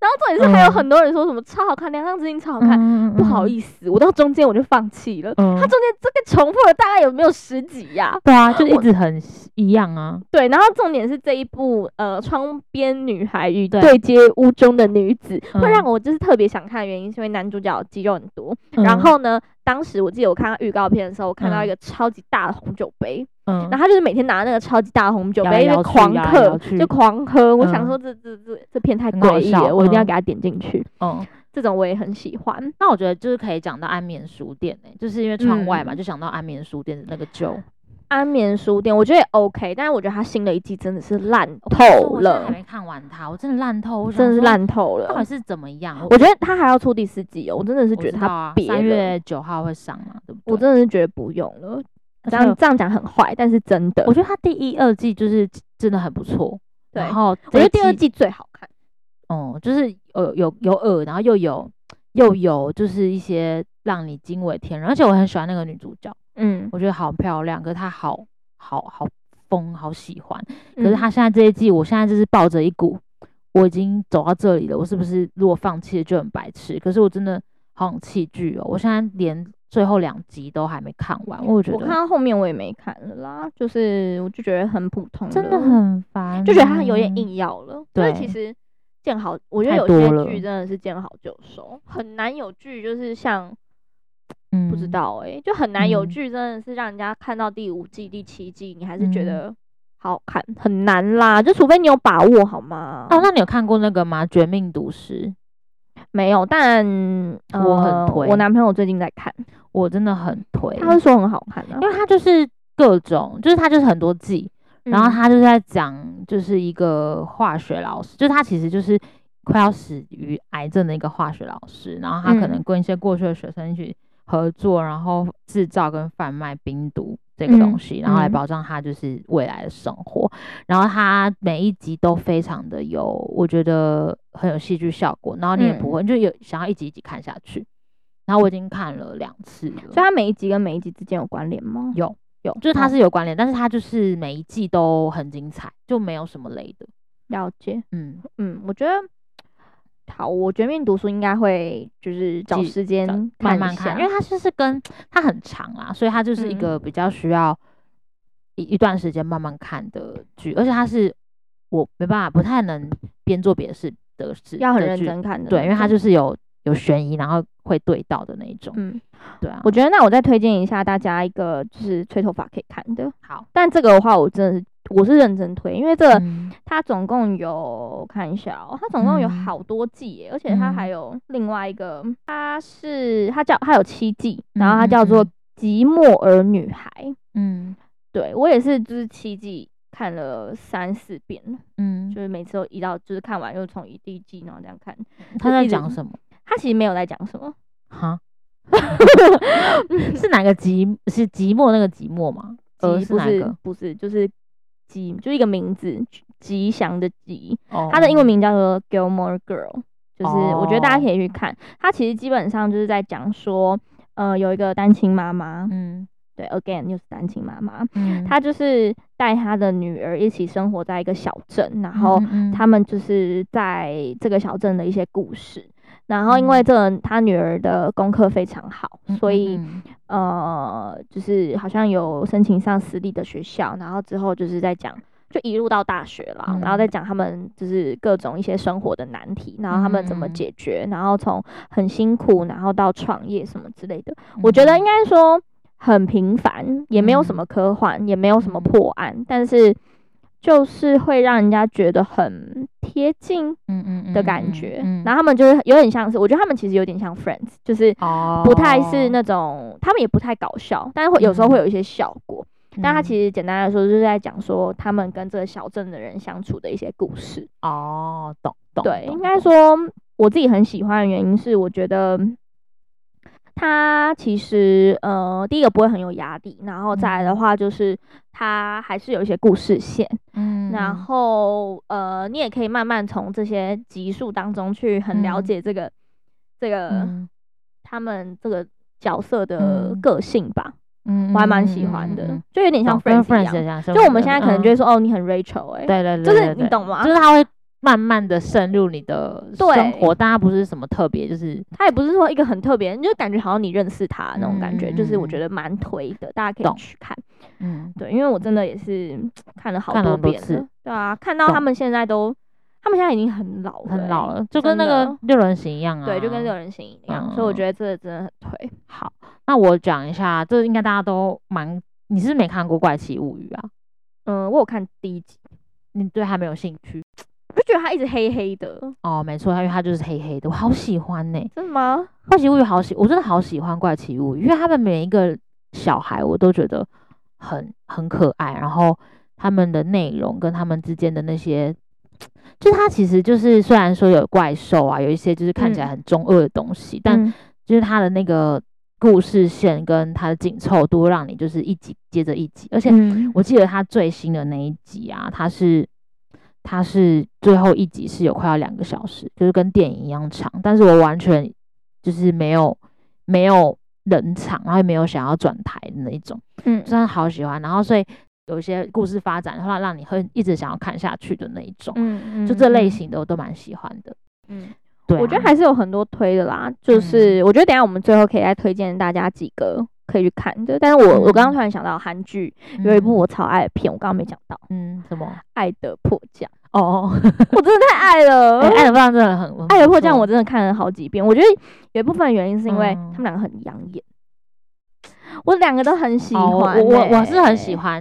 Speaker 2: 然后重点是还有
Speaker 1: 嗯
Speaker 2: 很多人说什么超好看，《良善之地》超好看，
Speaker 1: 看
Speaker 2: 不好
Speaker 1: 思，
Speaker 2: 意思，我到中间我就放弃了。
Speaker 1: 嗯
Speaker 2: 它中间这个重复了大概有没有十集呀、
Speaker 1: 对啊，就一
Speaker 2: 我
Speaker 1: 直很一样啊，
Speaker 2: 对，然后重点是这一部呃《窗边女孩与
Speaker 1: 对
Speaker 2: 对街屋中的女子》会让
Speaker 1: 嗯
Speaker 2: 我就是特别想看的原因，是因为男主角肌肉很多。然
Speaker 1: 嗯
Speaker 2: 后呢，当时我记得我看到预告片的时候，我看到一
Speaker 1: 嗯
Speaker 2: 个超级大的红酒杯，
Speaker 1: 嗯
Speaker 2: 然后他就是每天拿那个超级大的红酒
Speaker 1: 摇来
Speaker 2: 杯就
Speaker 1: 摇去
Speaker 2: 狂
Speaker 1: 摇来
Speaker 2: 喝
Speaker 1: 摇，去
Speaker 2: 就狂喝。我想
Speaker 1: 嗯
Speaker 2: 说这这这这片太
Speaker 1: 很好
Speaker 2: 诡异
Speaker 1: 笑
Speaker 2: 了，我一定要
Speaker 1: 嗯
Speaker 2: 给他点进去。
Speaker 1: 嗯。
Speaker 2: 这种我也很喜欢。
Speaker 1: 那我觉得就是可以讲到安眠书店、欸，就是因为窗外嘛，
Speaker 2: 嗯
Speaker 1: 就想到安眠书店的那个酒
Speaker 2: 安眠书店我觉得也 OK，但是我觉得他新的一季真的是烂
Speaker 1: 我跟你说
Speaker 2: 透
Speaker 1: 我现在还
Speaker 2: 了，
Speaker 1: 没看完它，我真的烂透，我想
Speaker 2: 真的是
Speaker 1: 说
Speaker 2: 烂透了
Speaker 1: 到。底是怎么样？
Speaker 2: 我觉得他还要出第四季哦，我真的是
Speaker 1: 我
Speaker 2: 觉得
Speaker 1: 他
Speaker 2: 他，
Speaker 1: 啊
Speaker 2: 别，了
Speaker 1: 三月九号会上嘛，对不对？
Speaker 2: 我真的是觉得不用了。
Speaker 1: 而
Speaker 2: 这
Speaker 1: 且
Speaker 2: 样这样讲很坏，但是真的
Speaker 1: 我，觉得它第一、二季就是真的很不错，
Speaker 2: 对
Speaker 1: 然后
Speaker 2: 我
Speaker 1: 这
Speaker 2: 觉得
Speaker 1: 一
Speaker 2: 第二，季最好看。
Speaker 1: 嗯，就是有有有耳，然后又有又有就是一些让你惊为天人，而且我很喜欢那个女主角，
Speaker 2: 嗯，
Speaker 1: 我觉得好漂亮，可是她好好好疯，好喜欢。可是
Speaker 2: 嗯
Speaker 1: 他现在这一季，我现在就是抱着一股，我已经走到这里了，我是不是如果放弃了就很白痴？可是我真的好想弃剧哦，我现在连最后两集都还没看完，我觉
Speaker 2: 我看
Speaker 1: 得
Speaker 2: 到后面我也没看了啦，就是我就觉得很普通了，
Speaker 1: 真的很烦，欸
Speaker 2: 就觉得他有点。硬要了。所以其
Speaker 1: 对
Speaker 2: 实见好，我觉得
Speaker 1: 太
Speaker 2: 有
Speaker 1: 多
Speaker 2: 些
Speaker 1: 了
Speaker 2: 剧真的是见好就收，很难有剧就是像
Speaker 1: 嗯，
Speaker 2: 不知。道哎、就很难有
Speaker 1: 嗯
Speaker 2: 剧真的是让人家看到第五季、第七季，你还是觉
Speaker 1: 嗯
Speaker 2: 得好看，很难啦。就除非你有把握好吗？
Speaker 1: 哦，那你有看过那个吗？《绝命毒师
Speaker 2: 没有，但
Speaker 1: 我很
Speaker 2: 呃
Speaker 1: 推
Speaker 2: 我男朋友最近在看，》，
Speaker 1: 我真的很推，
Speaker 2: 他是说很好看啊
Speaker 1: 因。为他就是各种，就是他就是很多季，然后
Speaker 2: 嗯
Speaker 1: 他就是在讲，就是一个化学老师，就是他其实就是快要死于癌症的一个化学老师，然后他可
Speaker 2: 嗯
Speaker 1: 能跟一些过去的学生一起合作，然后制造跟贩卖冰毒这个东
Speaker 2: 嗯
Speaker 1: 西，然后来
Speaker 2: 嗯
Speaker 1: 保障他就是未来的生活。然后他每一集都非常的有，我觉得很有戏剧效果，然后你也不
Speaker 2: 嗯
Speaker 1: 会、就有想要一集一集看下去。然后我已经看了两次了，
Speaker 2: 所以它每一集跟每一集之间有关联吗？
Speaker 1: 有
Speaker 2: 有，
Speaker 1: 就是它
Speaker 2: 好
Speaker 1: 是有关联，但是它就是每一季都很精彩，就没有什么雷的。
Speaker 2: 了解。
Speaker 1: 嗯，
Speaker 2: 嗯，我觉得好，我绝命毒书应该会就是找
Speaker 1: 记
Speaker 2: 时间
Speaker 1: 慢
Speaker 2: 一
Speaker 1: 慢看，
Speaker 2: 下
Speaker 1: 因为它就是跟它很长啦，所以它就是一
Speaker 2: 嗯
Speaker 1: 个比较需要一一段时间慢慢看的剧，而且它是我没办法不太能边做别的事的事，
Speaker 2: 要很
Speaker 1: 的
Speaker 2: 认
Speaker 1: 剧
Speaker 2: 真看的那种。
Speaker 1: 对，因为它就是有有悬疑，然后会对到的那一种。
Speaker 2: 嗯，
Speaker 1: 对啊，
Speaker 2: 我觉得那我再推荐一下大家一个就是吹头发可以看的，
Speaker 1: 好，
Speaker 2: 但这个的话我真的是我是认真推，因为这个
Speaker 1: 嗯
Speaker 2: 它总共有我看一下哦，它总共有
Speaker 1: 嗯
Speaker 2: 好多季耶，而且它
Speaker 1: 嗯
Speaker 2: 还有另外一个，它是它叫它有七季，然后它
Speaker 1: 嗯嗯
Speaker 2: 叫做《
Speaker 1: 嗯
Speaker 2: 寂寞儿女孩》
Speaker 1: 嗯
Speaker 2: 对我也是就是七季看了三四遍了，
Speaker 1: 嗯
Speaker 2: 就，是每次都移到就是看完又从一第一季然后这样看，
Speaker 1: 他
Speaker 2: 就
Speaker 1: 在
Speaker 2: 一直
Speaker 1: 讲什么？
Speaker 2: 它其实没有在讲什么，
Speaker 1: 哈， 是哪个寂？是寂寞那个寂寞吗？呃，
Speaker 2: 吉
Speaker 1: 是
Speaker 2: 不
Speaker 1: 哪
Speaker 2: 是
Speaker 1: 个？
Speaker 2: 不是就是吉，就一个名字吉祥的吉，
Speaker 1: 哦
Speaker 2: 它的英文名叫做 Gilmore Girl，就是我觉得大家
Speaker 1: 哦
Speaker 2: 可以去看。它其实基本上就是在讲说，呃，有一个单亲妈妈，
Speaker 1: 嗯
Speaker 2: 对，again 又是单亲妈妈，
Speaker 1: 嗯，
Speaker 2: 她就是带她的女儿一起生活在一个小镇，然后
Speaker 1: 嗯嗯
Speaker 2: 他们就是在这个小镇的一些故事。然后因为
Speaker 1: 嗯
Speaker 2: 这个她女儿的功课非常好，
Speaker 1: 嗯
Speaker 2: 所以
Speaker 1: 嗯嗯
Speaker 2: 呃，就是好像有申请上私立的学校，然后之后就是在讲，就一路到大学啦，然后再
Speaker 1: 嗯
Speaker 2: 讲他们就是各种一些生活的难题，然后他们怎么
Speaker 1: 嗯嗯嗯
Speaker 2: 解决，然后从很辛苦，然后到创业什么之类的，我觉得
Speaker 1: 嗯
Speaker 2: 应该说很平凡，也没有什
Speaker 1: 嗯
Speaker 2: 么科幻，也没有什么
Speaker 1: 嗯
Speaker 2: 破案，但是就是会让人家觉得很贴近
Speaker 1: 嗯嗯嗯
Speaker 2: 的感
Speaker 1: 嗯
Speaker 2: 觉，
Speaker 1: 嗯
Speaker 2: 然后他们就是有点像是，我觉得他们其实有点像 Friends，就是
Speaker 1: 哦，
Speaker 2: 不太是那种，他们也不太搞笑，但是会有时候会
Speaker 1: 嗯
Speaker 2: 有一些效果。但他
Speaker 1: 实
Speaker 2: 其实简单来说，就是在讲说他们跟这个小镇的人相处的一些故事。
Speaker 1: 哦，懂懂，
Speaker 2: 对，
Speaker 1: 懂
Speaker 2: 应该
Speaker 1: 懂
Speaker 2: 说我自己很喜欢的原因是，我觉得他其实呃，第一个不会很有压力，然后再来的
Speaker 1: 嗯
Speaker 2: 话就是他还是有一些故事线，
Speaker 1: 嗯，
Speaker 2: 然
Speaker 1: 嗯
Speaker 2: 后呃，你也可以慢慢从这些集数当中去很了
Speaker 1: 嗯
Speaker 2: 解这个、这个
Speaker 1: 嗯
Speaker 2: 他们这个角色的
Speaker 1: 嗯
Speaker 2: 个性吧，
Speaker 1: 嗯
Speaker 2: 我还
Speaker 1: 嗯
Speaker 2: 蛮
Speaker 1: 嗯
Speaker 2: 喜
Speaker 1: 嗯
Speaker 2: 欢
Speaker 1: 嗯
Speaker 2: 的，
Speaker 1: 嗯
Speaker 2: 就有点像
Speaker 1: 懂跟
Speaker 2: Friends 一
Speaker 1: friends
Speaker 2: 样。
Speaker 1: 一样，
Speaker 2: 就我们现在可能
Speaker 1: 嗯
Speaker 2: 就会说，哦，你很 Rachel 哎、
Speaker 1: 对对对，
Speaker 2: 就是
Speaker 1: 对
Speaker 2: 你，懂吗？
Speaker 1: 对就是它会慢慢的渗入你的生
Speaker 2: 对
Speaker 1: 活，但它不是什么特别，就是
Speaker 2: 他也不是说一个很特别，你就感觉好像你认识他那种感觉，
Speaker 1: 嗯嗯
Speaker 2: 就是我
Speaker 1: 嗯
Speaker 2: 觉得蛮推的，大家可以
Speaker 1: 懂
Speaker 2: 去看。
Speaker 1: 嗯，
Speaker 2: 对，因为我真的也是看了好
Speaker 1: 看了很多
Speaker 2: 遍
Speaker 1: 次
Speaker 2: 了，对啊，看到他
Speaker 1: 懂
Speaker 2: 们现在都，他们现在已经很老了欸、
Speaker 1: 很老了，就跟那
Speaker 2: 真
Speaker 1: 个
Speaker 2: 的
Speaker 1: 六人行一样啊，嗯
Speaker 2: 对，就跟六人行一样，所以我觉得这个真的很推。
Speaker 1: 好，那我讲一下，这应该大家都蛮，你是不是没看过《怪奇物语》啊？
Speaker 2: 嗯，我有看第一集，
Speaker 1: 你对它没有兴趣
Speaker 2: 我就觉得他一直黑黑的，
Speaker 1: 哦？没错，因为它就是黑黑的，我好喜欢呢、
Speaker 2: 真的吗？
Speaker 1: 怪奇物语》好喜，我真的好喜欢《怪奇物语》，因为他们每一个小孩我都觉得很很可爱，然后他们的内容跟他们之间的那些，就是它其实就是虽然说有怪兽啊，有一些就是看起来
Speaker 2: 嗯
Speaker 1: 很中二的东西，但
Speaker 2: 嗯
Speaker 1: 就是它的那个故事线跟它的紧凑度，让你就是一集接着一集，而且
Speaker 2: 嗯
Speaker 1: 我记得它最新的那一集啊，它是它是最后一集是有快要两个小时，就是跟电影一样长，但是我完全就是没有没有冷场，然后也没有想要转台的那一种，
Speaker 2: 嗯
Speaker 1: 真的好喜欢。然后所以有一些故事发展的话，让你会一直想要看下去的那一种，
Speaker 2: 嗯
Speaker 1: 就这类，型的我都蛮喜欢的。
Speaker 2: 嗯嗯，
Speaker 1: 对啊、嗯
Speaker 2: 我觉得还是有很多推的啦，就是、我觉得等一下我们最后可以再推荐大家几个可以去看的。但是我、我刚刚
Speaker 1: 嗯
Speaker 2: 突然想到韩剧有一部我超爱的片，我刚刚没讲到，《
Speaker 1: 嗯嗯什么
Speaker 2: 爱的迫降》，
Speaker 1: 哦哦，
Speaker 2: 我真的太爱了。
Speaker 1: 哎爱的棒真的很很
Speaker 2: 爱的迫降
Speaker 1: 错》
Speaker 2: 我真的看了好几遍，我觉得有一部分原因是因为
Speaker 1: 嗯
Speaker 2: 他们两个很养眼，我两个都很喜欢、
Speaker 1: 哦我我我是很喜，欢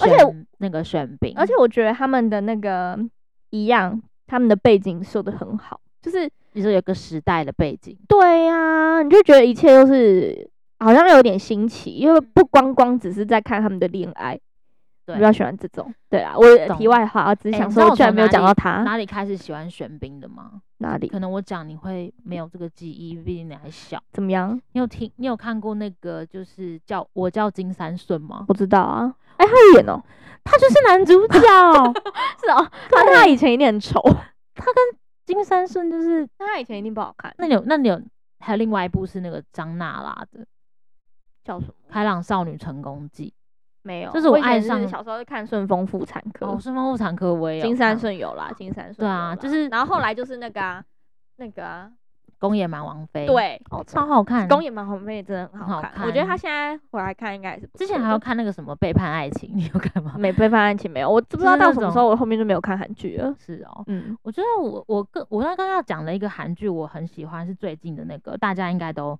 Speaker 2: 而
Speaker 1: 选，
Speaker 2: 且
Speaker 1: 那个玄彬，
Speaker 2: 而且我觉得他们的那个一样，他们的背景说的很好，就是
Speaker 1: 你说有个时代的背景，
Speaker 2: 对呀、你就觉得一切都是好像有点新奇，因为不光光只是在看他们的恋爱，
Speaker 1: 嗯
Speaker 2: 我
Speaker 1: 对
Speaker 2: 比较喜欢这种。对啊，我
Speaker 1: 懂
Speaker 2: 题外话，我只是
Speaker 1: 哎
Speaker 2: 想
Speaker 1: 你知道
Speaker 2: 说，
Speaker 1: 我
Speaker 2: 居然
Speaker 1: 从
Speaker 2: 没有
Speaker 1: 哪
Speaker 2: 讲
Speaker 1: 里
Speaker 2: 到他
Speaker 1: 哪里开始喜欢玄彬的吗？
Speaker 2: 哪里
Speaker 1: 可能我讲你会没有这个记忆，毕竟你还小。
Speaker 2: 怎么样，
Speaker 1: 你有听，你有看过那个就是叫我叫金三顺吗？
Speaker 2: 不知道啊。哎、他有演哦，
Speaker 1: 他就是男主 角，
Speaker 2: 是 哦，那他以前一定很丑，
Speaker 1: 金三顺就是
Speaker 2: 那 他以前一定不好看。
Speaker 1: 那里有那里有还有另外一部是那个张娜拉的《
Speaker 2: 叫什么？
Speaker 1: 开朗少女成功记
Speaker 2: 没有，
Speaker 1: 就是
Speaker 2: 我
Speaker 1: 我
Speaker 2: 以前
Speaker 1: 爱
Speaker 2: 是
Speaker 1: 上
Speaker 2: 小时候是看顺丰妇产》科，
Speaker 1: 哦，顺丰妇产科我也有
Speaker 2: 金三
Speaker 1: 看
Speaker 2: 顺有啦，金三顺
Speaker 1: 对啊
Speaker 2: 有啦
Speaker 1: 就是
Speaker 2: 然后后来就是那个啊，那个啊，
Speaker 1: 宫野蛮王妃，，
Speaker 2: 对，
Speaker 1: 哦，超好看。
Speaker 2: 宫野蛮宏妹真的很好
Speaker 1: 好
Speaker 2: 看，我觉得他
Speaker 1: 看
Speaker 2: 现在回来看应该也是不
Speaker 1: 之前
Speaker 2: 错
Speaker 1: 还
Speaker 2: 的
Speaker 1: 有看那个什么背叛爱情，你有看吗？
Speaker 2: 没被翻案情没有，我知不知道
Speaker 1: 就是
Speaker 2: 到
Speaker 1: 那
Speaker 2: 什么时
Speaker 1: 种
Speaker 2: 候，我后面就没有看韩剧了。
Speaker 1: 是哦，
Speaker 2: 嗯，
Speaker 1: 我觉得我我跟我刚刚要讲的一个韩剧，我很喜欢是最近的那个，大家应该都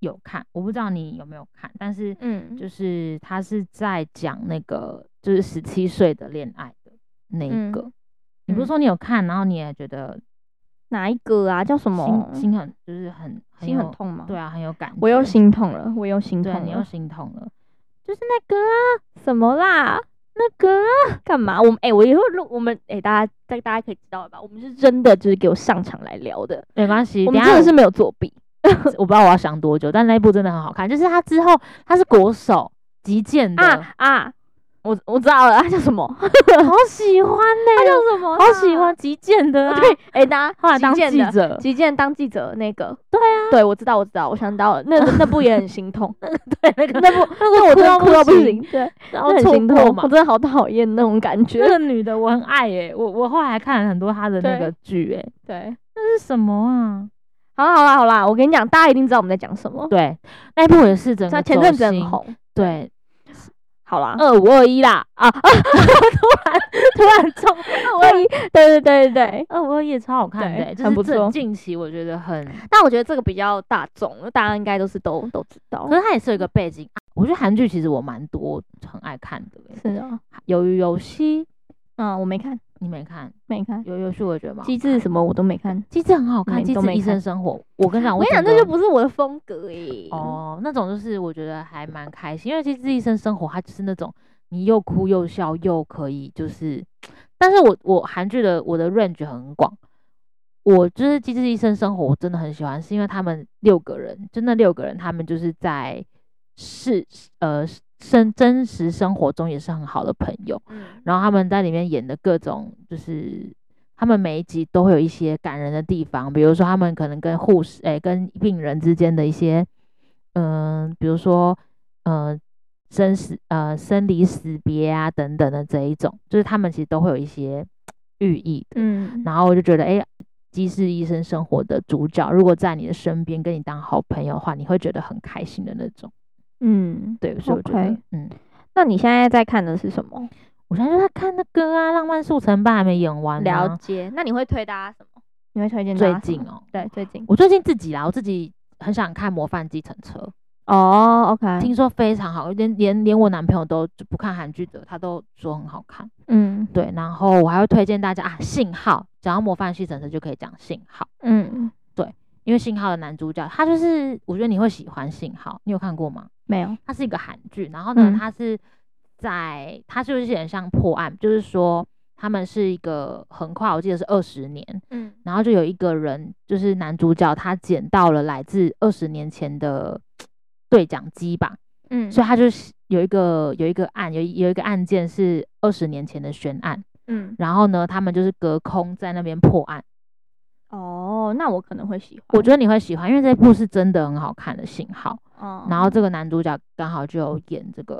Speaker 1: 有看，我不知道你有没有看，但是
Speaker 2: 嗯，
Speaker 1: 就是他是在讲那个就是十七岁的恋爱的那一
Speaker 2: 嗯
Speaker 1: 个。你不是
Speaker 2: 嗯
Speaker 1: 说你有看，然后你也觉得
Speaker 2: 哪一个啊？叫什么？
Speaker 1: 心心很就是很很
Speaker 2: 心
Speaker 1: 有
Speaker 2: 很痛吗？
Speaker 1: 对，啊很有感觉，
Speaker 2: 我又心痛了，我又心
Speaker 1: 对
Speaker 2: 痛
Speaker 1: 你又
Speaker 2: 了。
Speaker 1: 心痛了，就是那个啊
Speaker 2: 什么啦？那个啊干嘛？我们哎、我以后录我们哎、大家大大家可以知道了吧？我们是真的就是给我上场来聊的，
Speaker 1: 没关系，
Speaker 2: 我
Speaker 1: 等
Speaker 2: 们
Speaker 1: 一
Speaker 2: 真
Speaker 1: 下
Speaker 2: 的是没有作弊。
Speaker 1: 我不知道我要想多久，但那一部真的很好看，就是他之后他是国手击剑的。
Speaker 2: 啊啊！我我知道了，啊他叫什 么？
Speaker 1: 好喜欢
Speaker 2: 他
Speaker 1: 呢、
Speaker 2: 叫什么？啊
Speaker 1: 好喜欢。击剑的 啊！
Speaker 2: 对，哎、大家
Speaker 1: 哦后来
Speaker 2: 击
Speaker 1: 当
Speaker 2: 剑
Speaker 1: 记
Speaker 2: 的
Speaker 1: 者，
Speaker 2: 击剑当记者那个，对啊，对我知道，我知道，我想到了，那那部也很心痛，
Speaker 1: 对 那个
Speaker 2: 那部
Speaker 1: 那
Speaker 2: 我真的
Speaker 1: 哭
Speaker 2: 哭到
Speaker 1: 到
Speaker 2: 不
Speaker 1: 不
Speaker 2: 行，，对，
Speaker 1: 然后
Speaker 2: 我很
Speaker 1: 错
Speaker 2: 心
Speaker 1: 过
Speaker 2: 痛，
Speaker 1: 嘛
Speaker 2: 我。真的好讨厌那种感
Speaker 1: 那
Speaker 2: 觉。
Speaker 1: 个女的我很爱耶、我我后来还看了很多她的那
Speaker 2: 对
Speaker 1: 个剧哎、
Speaker 2: 对，
Speaker 1: 这是什么啊？
Speaker 2: 好啦好啦好啦，我跟你讲，大家一定知道我们在讲什么。
Speaker 1: 对，那一部也是整
Speaker 2: 那
Speaker 1: 个
Speaker 2: 前
Speaker 1: 走
Speaker 2: 阵子很
Speaker 1: 心，
Speaker 2: 红，
Speaker 1: 对，
Speaker 2: 好啦，
Speaker 1: 二五二一啦啊啊！突然突 然中哦
Speaker 2: 二万一，对对对对对。
Speaker 1: 二五二一也超好看的、
Speaker 2: 对
Speaker 1: 欸，就
Speaker 2: 很
Speaker 1: 是
Speaker 2: 不
Speaker 1: 这
Speaker 2: 错
Speaker 1: 近期我觉得很，可
Speaker 2: 但我觉得这个比较大众，大家应该都是都都知道。
Speaker 1: 是它也是有一个背景。啊我觉得韩剧其实我蛮多很爱看的、欸，
Speaker 2: 是啊，
Speaker 1: 《鱿鱼游戏》
Speaker 2: 嗯，我没看，
Speaker 1: 你没看？
Speaker 2: 没看。
Speaker 1: 有有趣，我觉得吗？
Speaker 2: 机智什么我都没看。
Speaker 1: 机智很好看，
Speaker 2: 没
Speaker 1: 机
Speaker 2: 都
Speaker 1: 智
Speaker 2: 没
Speaker 1: 医生
Speaker 2: 看
Speaker 1: 生活，哦我跟你讲，
Speaker 2: 我跟你
Speaker 1: 整
Speaker 2: 讲，这就
Speaker 1: 个
Speaker 2: 不是我的风格诶、
Speaker 1: 哦，那种就是我觉得还蛮开心，因为其实医生生活它就是那种你又哭又笑又可以就是，但是我我韩剧的我的 range 很广，我就是《机智医生生活》我真的很喜欢，是因为他们六个人，就那六个人，他们就是在是呃生真实生活中也是很好的朋友，
Speaker 2: 嗯，
Speaker 1: 然后他们在里面演的各种，就是他们每一集都会有一些感人的地方，比如说他们可能跟护士、哎、跟病人之间的一些，嗯、比如说，嗯、生死、呃，生离死别啊等等的这一种，就是他们其实都会有一些寓意的。
Speaker 2: 嗯，
Speaker 1: 然后我就觉得，哎、即是医生生活的主角，如果在你的身边跟你当好朋友的话，你会觉得很开心的那种。
Speaker 2: 嗯，
Speaker 1: 对，所以我觉得
Speaker 2: OK
Speaker 1: 嗯，
Speaker 2: 那你现在在看的是什么？
Speaker 1: 我现在就在看那个啊，《浪漫速成班》还没演完、啊。
Speaker 2: 了解。那你会推大家什么？你会推荐大
Speaker 1: 最
Speaker 2: 家什
Speaker 1: 近
Speaker 2: 么？
Speaker 1: 哦，
Speaker 2: 对，最近。
Speaker 1: 我最近自己啦，我自己很想看《模范计程车》，
Speaker 2: 哦，OK，
Speaker 1: 听说非常好，连连连我男朋友都就不看韩剧的，他都说很好看。
Speaker 2: 嗯
Speaker 1: 对，然后我还会推荐大家啊，《信号》，讲到模范计程车就可以讲《信号》，
Speaker 2: 嗯，
Speaker 1: 因为《信号》的男主角他就是，我觉得你会喜欢《信号》，你有看过吗？
Speaker 2: 没有，
Speaker 1: 它是一个韩剧，然后呢，
Speaker 2: 嗯
Speaker 1: 它是在它就是有点像破案，就是说他们是一个横跨，我记得是二十年，
Speaker 2: 嗯
Speaker 1: 然后就有一个人，就是男主角，他捡到了来自二十年前的对讲机吧，
Speaker 2: 嗯，
Speaker 1: 所以他就是有一个有一个案有一有一个案件是二十年前的悬案，
Speaker 2: 嗯，
Speaker 1: 然后呢，他们就是隔空在那边破案。
Speaker 2: 哦，那我可能会喜欢。
Speaker 1: 我觉得你会喜欢，因为这部是真的很好看的信号。
Speaker 2: 得，哦，
Speaker 1: 然后这个男主角刚好就有演这个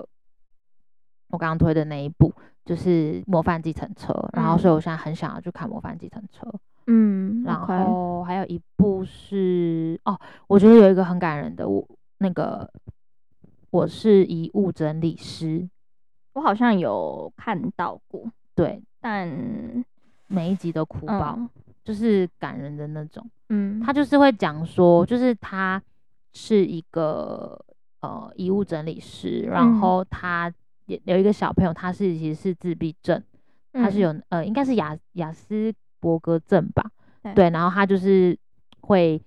Speaker 1: 我刚刚推的那一部，就是《模范计程车》，然后所以我现在很想要去看《模范计程车》。
Speaker 2: 嗯，
Speaker 1: 然
Speaker 2: OK
Speaker 1: 后还有一部是哦，我觉得有一个很感人的，我那个我是遗物整理师，
Speaker 2: 我好像有看到过，
Speaker 1: 对，
Speaker 2: 但
Speaker 1: 每一集都哭爆，
Speaker 2: 嗯
Speaker 1: 就是感人的那种。
Speaker 2: 嗯，
Speaker 1: 他就是会讲说，就是他是一个呃遗物整理师，然
Speaker 2: 嗯
Speaker 1: 后他也有一个小朋友，他是其实是自闭症，他是
Speaker 2: 嗯
Speaker 1: 有呃，应该是雅雅斯伯格症吧？
Speaker 2: 对
Speaker 1: 对，然后他就是会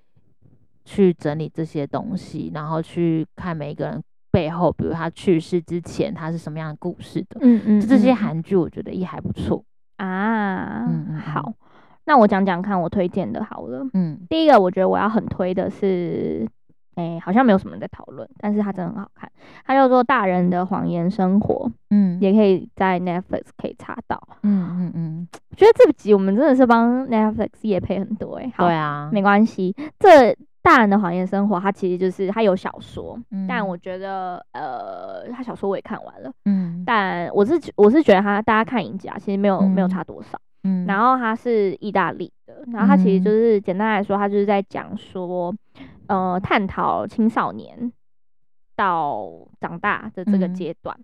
Speaker 1: 去整理这些东西，然后去看每一个人背后，比如他去世之前他是什么样的故事的。
Speaker 2: 嗯嗯
Speaker 1: 就这些
Speaker 2: 嗯
Speaker 1: 韩剧我觉得也还不错。
Speaker 2: 啊，
Speaker 1: 嗯嗯嗯
Speaker 2: 好，那我讲讲看我推荐的好了。
Speaker 1: 嗯，
Speaker 2: 第一个我觉得我要很推的是，哎、好像没有什么人在讨论，但是它真的很好看，它叫做《大人的谎言生活》，
Speaker 1: 嗯
Speaker 2: 也可以在 Netflix 可以查到。
Speaker 1: 嗯嗯嗯，
Speaker 2: 我觉得这集我们真的是帮 Netflix 也配很多哎、欸，好
Speaker 1: 对啊，
Speaker 2: 没关系。这《大人的谎言生活》它其实就是它有小说，
Speaker 1: 嗯
Speaker 2: 但我觉得呃，它小说我也看完了，
Speaker 1: 嗯
Speaker 2: 但我是我是觉得它大家看影集啊，其实没有、没有
Speaker 1: 嗯
Speaker 2: 差多少。
Speaker 1: 嗯
Speaker 2: 然后它是意大利的，然后它其实
Speaker 1: 嗯
Speaker 2: 就是简单来说，它就是在讲说，呃，探讨青少年到长大的这个
Speaker 1: 嗯
Speaker 2: 阶段，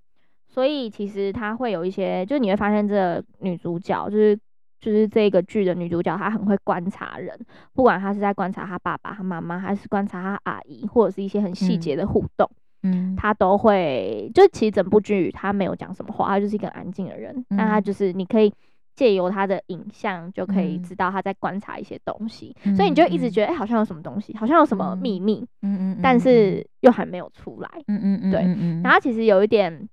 Speaker 2: 所以其实它会有一些，就是你会发现这个女主角就是。就是这个剧的女主角，她很会观察人，不管她是在观察她爸爸、她妈妈，还是观察她阿姨，或者是一些很细
Speaker 1: 嗯
Speaker 2: 节的互动，
Speaker 1: 嗯
Speaker 2: 她都会。就其实整部剧她没有讲什么话，她就是一个很安静的人，但她
Speaker 1: 嗯
Speaker 2: 就是你可以借由她的影像就可以
Speaker 1: 嗯
Speaker 2: 知道她在观察一些东西，所以你就一直觉得哎、好像有什么东西，好像有什么
Speaker 1: 嗯
Speaker 2: 秘密，
Speaker 1: 得，嗯嗯，
Speaker 2: 但是又还没有出来。
Speaker 1: 嗯嗯嗯，
Speaker 2: 对
Speaker 1: 嗯嗯，
Speaker 2: 然后其实有一点，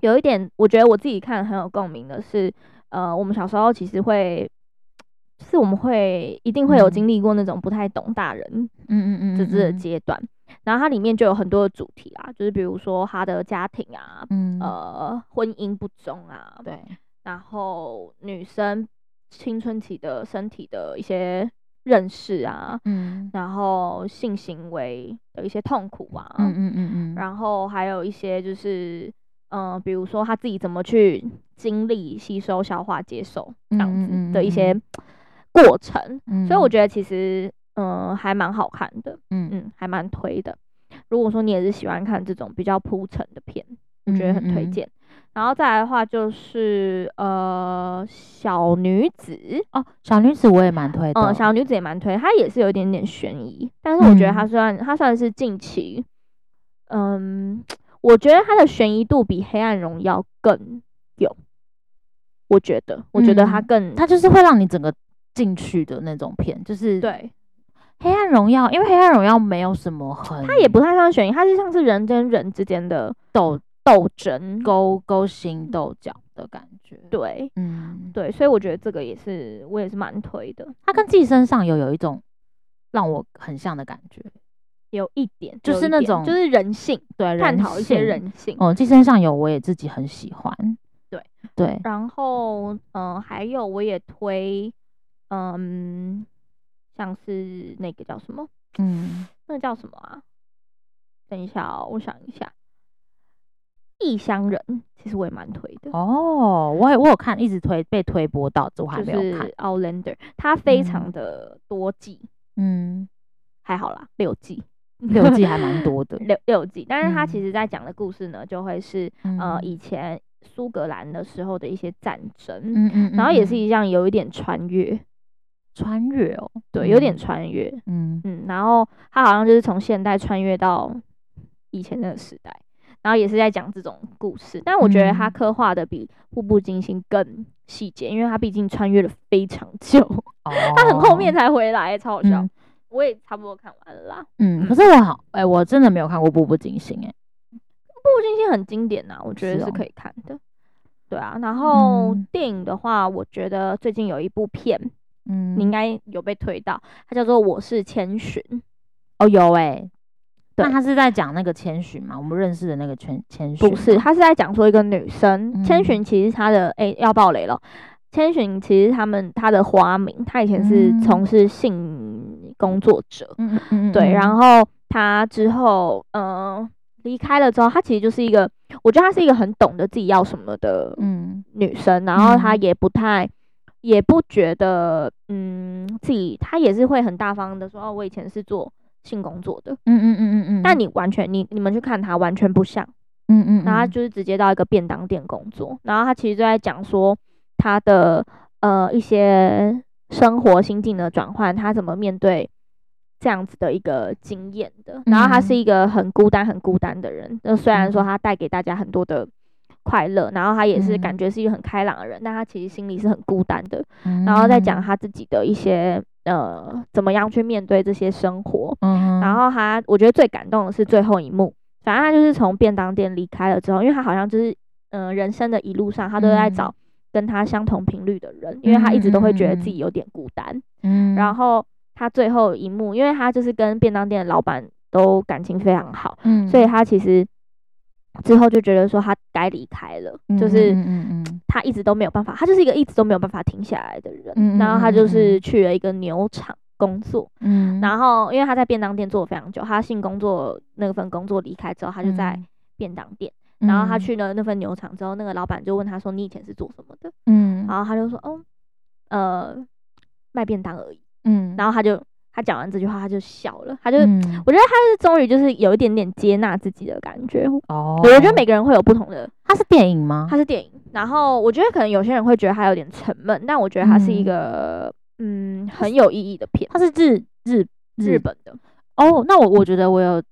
Speaker 2: 有一点，我觉得我自己看很有共鸣的是，呃，我们小时候其实会，就是我们会一定会有
Speaker 1: 嗯
Speaker 2: 经历过那种不太懂大人
Speaker 1: 嗯嗯嗯，
Speaker 2: 这这的
Speaker 1: 嗯，
Speaker 2: 阶段，然后它里面就有很多的主题啦，就是比如说他的家庭啊，
Speaker 1: 嗯
Speaker 2: 呃，婚姻不忠啊，
Speaker 1: 对，
Speaker 2: 然后女生青春期的身体的一些认识啊，
Speaker 1: 嗯
Speaker 2: 然后性行为的一些痛苦啊，
Speaker 1: 嗯嗯嗯嗯，
Speaker 2: 然后还有一些就是，嗯、比如说他自己怎么去经历、吸收、消化、接受这样
Speaker 1: 嗯嗯嗯
Speaker 2: 子的一
Speaker 1: 嗯
Speaker 2: 些过程，
Speaker 1: 后
Speaker 2: 所以我觉得其实，嗯、还蛮好看的，
Speaker 1: 嗯
Speaker 2: 嗯，还蛮推的。如果说你也是喜欢看这种比较铺陈的片，
Speaker 1: 我
Speaker 2: 觉得很
Speaker 1: 嗯
Speaker 2: 推，荐。然后再来的话就是呃，小女子，
Speaker 1: 哦，小女子我也蛮推的，
Speaker 2: 嗯，小女子也蛮推，它也是有一点点悬疑，但是我觉得它
Speaker 1: 嗯
Speaker 2: 虽然、它算是近期，嗯，我觉得它的悬疑度比《黑暗荣耀》更有，我觉得，我觉得它
Speaker 1: 嗯
Speaker 2: 更
Speaker 1: 它就是会让你整个进去的那种片，就是《
Speaker 2: 对，
Speaker 1: 黑暗荣耀》，因为《黑暗荣耀》没有什么很
Speaker 2: 它也不太嗯像悬疑，它是像是人跟人之间的
Speaker 1: 斗
Speaker 2: 斗争。
Speaker 1: 勾勾心斗角的感觉。，
Speaker 2: 对
Speaker 1: 嗯，
Speaker 2: 对，所以我觉得这个也是我也是蛮推的，
Speaker 1: 它跟《寄生上游》有一种让我很像的感觉，
Speaker 2: 有一点
Speaker 1: 就
Speaker 2: 有
Speaker 1: 是
Speaker 2: 一
Speaker 1: 那
Speaker 2: 点
Speaker 1: 种
Speaker 2: 就是人性，
Speaker 1: 对，
Speaker 2: 探讨一些
Speaker 1: 性。
Speaker 2: 人性。
Speaker 1: 哦，《寄生上游》我也自己很喜欢。
Speaker 2: 对
Speaker 1: 对，
Speaker 2: 然后，嗯、还有我也推，嗯，像是那个叫什么，
Speaker 1: 嗯，
Speaker 2: 那叫什么啊？等一下哦，我想一下，《异乡人》其实我也蛮推的，
Speaker 1: 哦，我也我有看，一直推被推播到，我还
Speaker 2: 就
Speaker 1: 没有看
Speaker 2: 是。Outlander，它非
Speaker 1: 嗯
Speaker 2: 常的多季，
Speaker 1: 嗯，
Speaker 2: 还好啦，六季，
Speaker 1: 六季还蛮多的。
Speaker 2: 六六季，但是它其
Speaker 1: 嗯
Speaker 2: 实在讲的故事呢，就会是、 呃
Speaker 1: 嗯
Speaker 2: 以前苏格兰的时候的一些战争，
Speaker 1: 嗯嗯，
Speaker 2: 然后也
Speaker 1: 嗯
Speaker 2: 是一样有一点穿越，
Speaker 1: 穿越哦，
Speaker 2: 对，有点
Speaker 1: 嗯
Speaker 2: 穿越，
Speaker 1: 嗯
Speaker 2: 嗯，然后他好像就是从现代穿越到以前那个时代，然后也是在讲这种故事，但我觉得他
Speaker 1: 嗯
Speaker 2: 刻画的比《步步惊心》更细节，因为他毕竟穿越了非常久， 他很后面
Speaker 1: 才
Speaker 2: 才回来，超好笑。
Speaker 1: 哦嗯
Speaker 2: 我也差不多看完了啦，《
Speaker 1: 嗯，可
Speaker 2: 嗯
Speaker 1: 是我好哎、我真的没有看过《步步惊心》哎，
Speaker 2: 步步惊心》很经典呐、啊我觉
Speaker 1: 是
Speaker 2: 得是
Speaker 1: 哦
Speaker 2: 可以看的。对啊，然后
Speaker 1: 嗯
Speaker 2: 电影的话，我觉得最近有一部片，
Speaker 1: 嗯，
Speaker 2: 你应该有被推到，它叫做《我是千寻》。
Speaker 1: 哦有哎、
Speaker 2: 欸
Speaker 1: 那
Speaker 2: 对
Speaker 1: 他是在讲那个千寻嘛，我们认识的那个千千寻
Speaker 2: 不是，他是在讲说一个女生千
Speaker 1: 嗯
Speaker 2: 寻，其实她的诶、要爆雷了。千寻其实他们她的花名，她以前是
Speaker 1: 嗯
Speaker 2: 从事性工作者，
Speaker 1: 嗯嗯嗯，
Speaker 2: 对，然
Speaker 1: 后
Speaker 2: 后她之后嗯离、开了之后，她其实就是一个，我觉得她是一个很懂得自己要什么的
Speaker 1: 嗯
Speaker 2: 女生，然后她
Speaker 1: 嗯
Speaker 2: 也不太。也不觉得，嗯，自己她也是会很大方的说，哦，我以前是做性工作的，
Speaker 1: 嗯嗯嗯嗯嗯，
Speaker 2: 但你完全，你你们去看她完全不像。
Speaker 1: 嗯嗯，
Speaker 2: 然后他
Speaker 1: 嗯
Speaker 2: 就是直接到一个便当店工作，然后他其实就在讲说他的呃一些生活心境的转换，他怎么面对这样子的一个经验的。然后他是
Speaker 1: 嗯
Speaker 2: 一个很孤单、很孤单的人，就虽然说
Speaker 1: 嗯
Speaker 2: 他带给大家很多的快乐，然后他也是
Speaker 1: 嗯
Speaker 2: 感觉是一个很开朗的人，但他其实心里是很孤单的。然后再
Speaker 1: 嗯
Speaker 2: 讲，他自己的一些呃怎么样去面对这些生活，
Speaker 1: 嗯嗯，
Speaker 2: 然后他，我觉得最感动的是最后一幕，反正他就是从便当店离开了之后，因为他好像就是，嗯、人生的一路上，他都在
Speaker 1: 嗯
Speaker 2: 找跟他相同频率的人，因为他一直都会觉
Speaker 1: 嗯
Speaker 2: 得
Speaker 1: 嗯嗯
Speaker 2: 自己有点孤单。
Speaker 1: 嗯，
Speaker 2: 然后他最后一幕，因为他就是跟便当店的老板都感情非常好，
Speaker 1: 嗯，
Speaker 2: 所以他其实之后就觉得说他该离开了，就
Speaker 1: 嗯
Speaker 2: 是
Speaker 1: 嗯嗯嗯
Speaker 2: 他一直都没有办法，他就是一个一直都没有办法停下来的人。
Speaker 1: 嗯嗯
Speaker 2: 然后他
Speaker 1: 嗯
Speaker 2: 就
Speaker 1: 嗯
Speaker 2: 是
Speaker 1: 嗯
Speaker 2: 去了一个牛场工作。
Speaker 1: 嗯，后
Speaker 2: 然后因为他在便当店做了非常久，他性工作那份工作离开之后，他就
Speaker 1: 嗯
Speaker 2: 在便当店。然后他，去了那份牛场之后，那个老板就问他说：“你以前是做什么的
Speaker 1: 嗯？”
Speaker 2: 然后他就说：“哦，呃，卖便当而已。
Speaker 1: 嗯，”
Speaker 2: 然后他就他讲完这句话，他就笑了，他就、
Speaker 1: 嗯
Speaker 2: 我觉得他是终于就是有一点点接纳自己的感觉。
Speaker 1: 哦，
Speaker 2: 我觉得每个人会有不同的，
Speaker 1: 他是电影吗？
Speaker 2: 他是电影，然后我觉得可能有些人会觉得他有点沉闷，但我觉得他是一
Speaker 1: 嗯
Speaker 2: 个嗯很有意义的片，
Speaker 1: 他是日日
Speaker 2: 日本的，
Speaker 1: 哦，那我我觉得我有，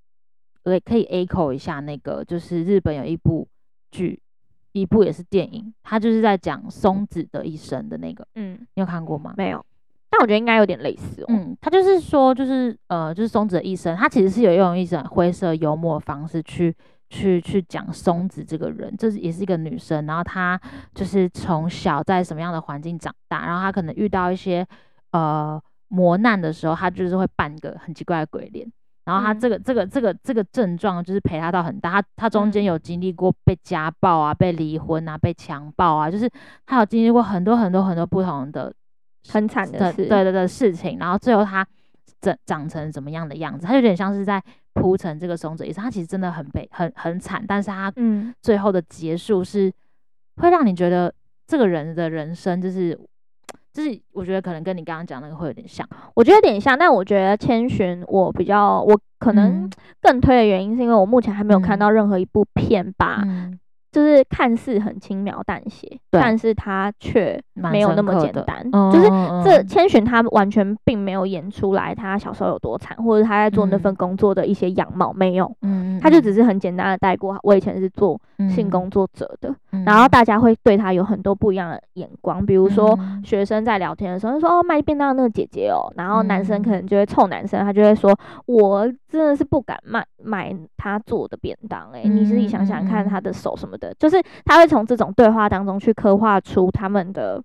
Speaker 1: 我也可以 echo 一下那个，就是日本有一部剧，一部也是电影，它就是在讲松子的一生的那个，
Speaker 2: 嗯。
Speaker 1: 你有看过吗？
Speaker 2: 没有，但我觉得应该有点类似哦。
Speaker 1: 嗯，他就是说，就是呃，就是松子的一生，他其实是有用一种灰色幽默的方式去去去讲松子这个人，这是也是一个女生，然后她就是从小在什么样的环境长大，然后她可能遇到一些呃磨难的时候，她就是会扮个很奇怪的鬼脸。然后她
Speaker 2: 嗯
Speaker 1: 这个、这个这个这个症状就是陪她到很大，她她中间
Speaker 2: 嗯
Speaker 1: 有经历过被家暴啊、被离婚啊、被强暴啊，就是她有经历过很多很多很多不同的
Speaker 2: 很惨的
Speaker 1: 的
Speaker 2: 事，
Speaker 1: 对对的事情，然后最后他长长成什么样的样子，他有点像是在铺陈这个松子意思。他其实真的很悲很很惨，但是他
Speaker 2: 嗯，
Speaker 1: 最后的结束是会让你觉得这个人的人生就是就是我觉得可能跟你刚刚讲那个会有点像，
Speaker 2: 我觉得有点像，但我觉得千寻我比较我可能
Speaker 1: 嗯
Speaker 2: 更推的原因是因为我目前还没有看到任何一部片把
Speaker 1: 嗯
Speaker 2: 就是看似很轻描淡写，
Speaker 1: 对
Speaker 2: 但是他却
Speaker 1: 蛮
Speaker 2: 没有那
Speaker 1: 深
Speaker 2: 么
Speaker 1: 刻
Speaker 2: 简
Speaker 1: 的
Speaker 2: 单，
Speaker 1: 嗯
Speaker 2: 就是
Speaker 1: 嗯
Speaker 2: 这
Speaker 1: 嗯
Speaker 2: 千寻他完全并没有演出来他小时候有多惨，或者他在做那
Speaker 1: 嗯
Speaker 2: 份工作的一些样貌，没有，
Speaker 1: 嗯嗯
Speaker 2: 他就
Speaker 1: 嗯
Speaker 2: 只是很简单的带过。我以前是做性
Speaker 1: 嗯
Speaker 2: 工作者的，
Speaker 1: 嗯
Speaker 2: 然后大家会对他有很多不一样的眼光，比如说。
Speaker 1: 嗯
Speaker 2: 学生在聊天的时候，就说哦卖便当的那个姐姐哦，然后男生可
Speaker 1: 嗯
Speaker 2: 能就会臭男生，他就会说，我真的是不敢卖买他做的便当、欸，你自己
Speaker 1: 嗯
Speaker 2: 想想看
Speaker 1: 嗯嗯
Speaker 2: 他的手什么的，就是他会从这种对话当中去刻画出他们的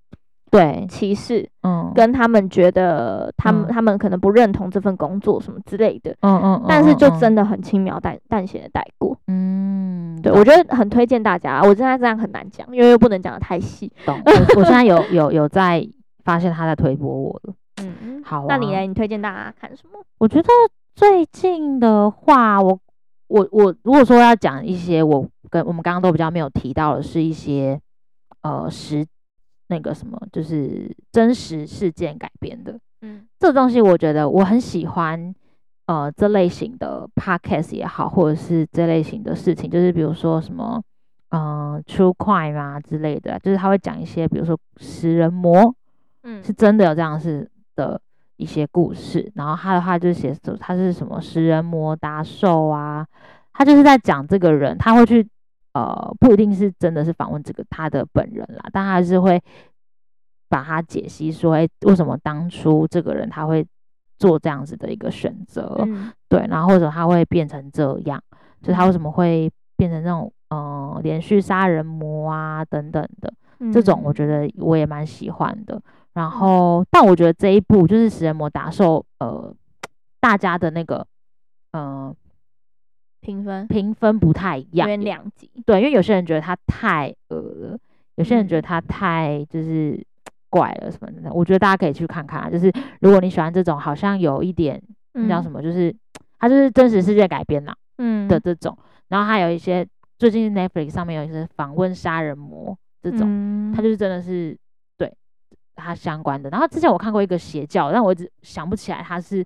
Speaker 1: 对，
Speaker 2: 歧视，
Speaker 1: 嗯
Speaker 2: 跟他们觉得他们、
Speaker 1: 嗯
Speaker 2: 他们可能不认同这份工作什么之类的，
Speaker 1: 嗯嗯，
Speaker 2: 但是
Speaker 1: 嗯
Speaker 2: 就
Speaker 1: 嗯
Speaker 2: 真的很轻描淡淡写的带过。
Speaker 1: 嗯，
Speaker 2: 对
Speaker 1: 懂
Speaker 2: 我觉得很推荐大家，我真的这样很难讲，因为又不能讲的太细。
Speaker 1: 懂。我我现在有有有在发现他在推波我了。
Speaker 2: 嗯，
Speaker 1: 好
Speaker 2: 那你
Speaker 1: 啊
Speaker 2: 呢？你推荐大家看什么？
Speaker 1: 我觉得最近的话，我我我如果说要讲一些我跟我们刚刚都比较没有提到的，是一些呃实那个什么，就是真实事件改编的
Speaker 2: 嗯
Speaker 1: 这东西，我觉得我很喜欢。呃，这类型的 podcast 也好，或者是这类型的事情，就是比如说什么，嗯、呃、，true crime 啊之类的，就是他会讲一些，比如说食人魔，
Speaker 2: 嗯
Speaker 1: 是真的有这样事的一些故事。然后他的话就写说他是什么食人魔打手啊，他就是在讲这个人，他会去呃不一定是真的是访问这个他的本人啦，但他还是会把他解析说，哎、为什么当初这个人他会做这样子的一个选择？
Speaker 2: 嗯
Speaker 1: 对，然后或者他会变成这样，就是他为什么会变成那种嗯、呃连续杀人魔啊等等的。
Speaker 2: 嗯
Speaker 1: 这种我觉得我也蛮喜欢的。然后，但我觉得这一部就是食人魔打兽，呃，大家的那个呃
Speaker 2: 评分
Speaker 1: 评分不太一
Speaker 2: 因
Speaker 1: 样
Speaker 2: 为，两集，
Speaker 1: 对，因为有些人觉得它太呃了，有些人觉得
Speaker 2: 嗯
Speaker 1: 它太就是怪了什么的。我觉得大家可以去看看啊，就是如果你喜欢这种好像有一点那叫什
Speaker 2: 么？
Speaker 1: 么，就是它就是真实世界改编啦
Speaker 2: 嗯
Speaker 1: 的这种，然后还有一些最近 Netflix 上面有一些访问杀人魔这种。
Speaker 2: 种
Speaker 1: 他就是真的是对他相关的。然后之前我看过一个邪教，但我一直想不起来他是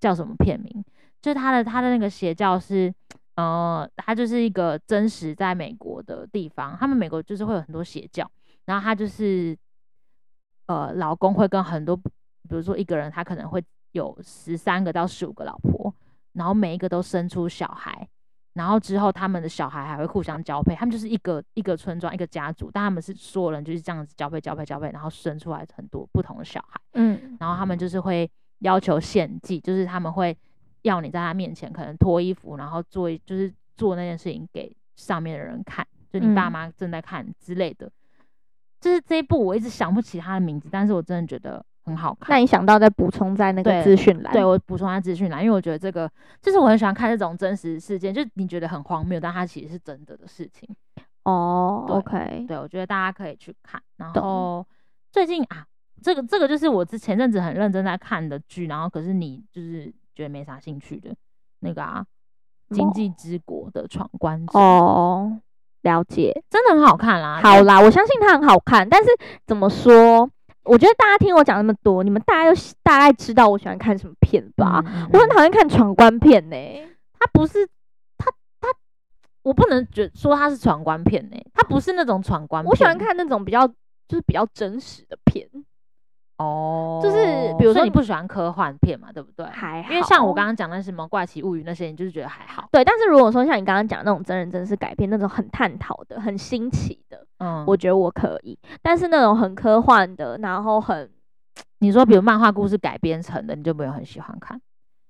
Speaker 1: 叫什么片名。就是他的他的那个邪教是，呃，他就是一个真实在美国的地方，他们美国就是会有很多邪教，然后他就是，呃，老公会跟很多，比如说一个人他可能会有十三个到十五个老婆，然后每一个都生出小孩，然后之后他们的小孩还会互相交配，他们就是一个一个村庄一个家族，但他们是所有人就是这样子交配交配交配，然后生出来很多不同的小孩，
Speaker 2: 嗯
Speaker 1: 然后他们就是会要求献祭，就是他们会要你在他面前可能脱衣服，然后做一就是做那件事情给上面的人看，就你爸
Speaker 2: 嗯
Speaker 1: 妈正在看之类的。就是这一部我一直想不起它的名字，但是我真的觉得很好看。
Speaker 2: 那你想到再补充在那个
Speaker 1: 对
Speaker 2: 资讯栏？
Speaker 1: 对我补充下资讯栏，因为我觉得这个就是我很喜欢看这种真实事件，就是你觉得很荒谬，但它其实是真的的事情。
Speaker 2: 哦
Speaker 1: 对
Speaker 2: ，OK，
Speaker 1: 对，我觉得大家可以去看。然
Speaker 2: 懂
Speaker 1: 后最近啊，这个这个就是我之前阵子很认真在看的剧，然后可是你就是觉得没啥兴趣的那个啊，《经
Speaker 2: 哦
Speaker 1: 济之国的闯关者》
Speaker 2: 哦，了解。
Speaker 1: 真的很好看啦。
Speaker 2: 好啦，我相信它很好看，但是怎么说？我觉得大家听我讲那么多，你们大家都大概知道我喜欢看什么片吧？
Speaker 1: 吧，嗯
Speaker 2: 我很
Speaker 1: 嗯
Speaker 2: 讨厌看闯关片呢、
Speaker 1: 它不是它它，我不能觉说它是闯关片呢、它不是那种闯关片。
Speaker 2: 我喜欢看那种比较就是比较真实的片，
Speaker 1: 哦，
Speaker 2: 是比
Speaker 1: 所
Speaker 2: 如
Speaker 1: 以
Speaker 2: 说
Speaker 1: 你
Speaker 2: 你
Speaker 1: 不喜欢科幻片嘛，对不对？
Speaker 2: 还好。
Speaker 1: 因为像我刚刚讲的什么《怪奇物语》那些，你就是觉得还好。
Speaker 2: 对，但是如果说像你刚刚讲那种真人真事改编那种很探讨的、很新奇的，
Speaker 1: 嗯，
Speaker 2: 我觉得我可以。但是那种很科幻的，然后很
Speaker 1: 你说比如漫画故事改编成的，你就没有很喜欢看。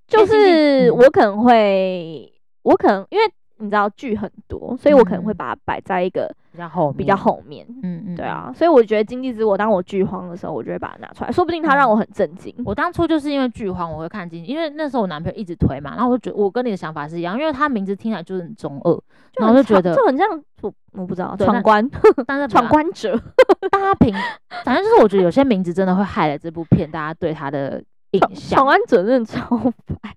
Speaker 2: 就
Speaker 1: 毕竟是
Speaker 2: 是
Speaker 1: 嗯
Speaker 2: 我可能会，我可能因为你知道剧很多，所以我可能会
Speaker 1: 嗯
Speaker 2: 把它摆在一个
Speaker 1: 比较后面，
Speaker 2: 比较，后面。
Speaker 1: 嗯嗯，
Speaker 2: 对
Speaker 1: 嗯。
Speaker 2: 啊，所以我觉得《经济之国》当我剧荒的时候，我就会把它拿出来，说不定它让
Speaker 1: 嗯
Speaker 2: 我很震惊。
Speaker 1: 我当初就是因为剧荒，我会看经济，因为那时候我男朋友一直推嘛，然后我就觉得我跟你的想法是一样，因为他名字听起来就是很中二，然后就
Speaker 2: 很
Speaker 1: 觉
Speaker 2: 像
Speaker 1: 得
Speaker 2: 就很像我我不知道
Speaker 1: 对
Speaker 2: 闯
Speaker 1: 那
Speaker 2: 关
Speaker 1: 但是比
Speaker 2: 闯
Speaker 1: 较，
Speaker 2: 关者，
Speaker 1: 大家评，反正就是我觉得有些名字真的会害了这部片大家对他的印
Speaker 2: 闯闯
Speaker 1: 象，
Speaker 2: 关者真的超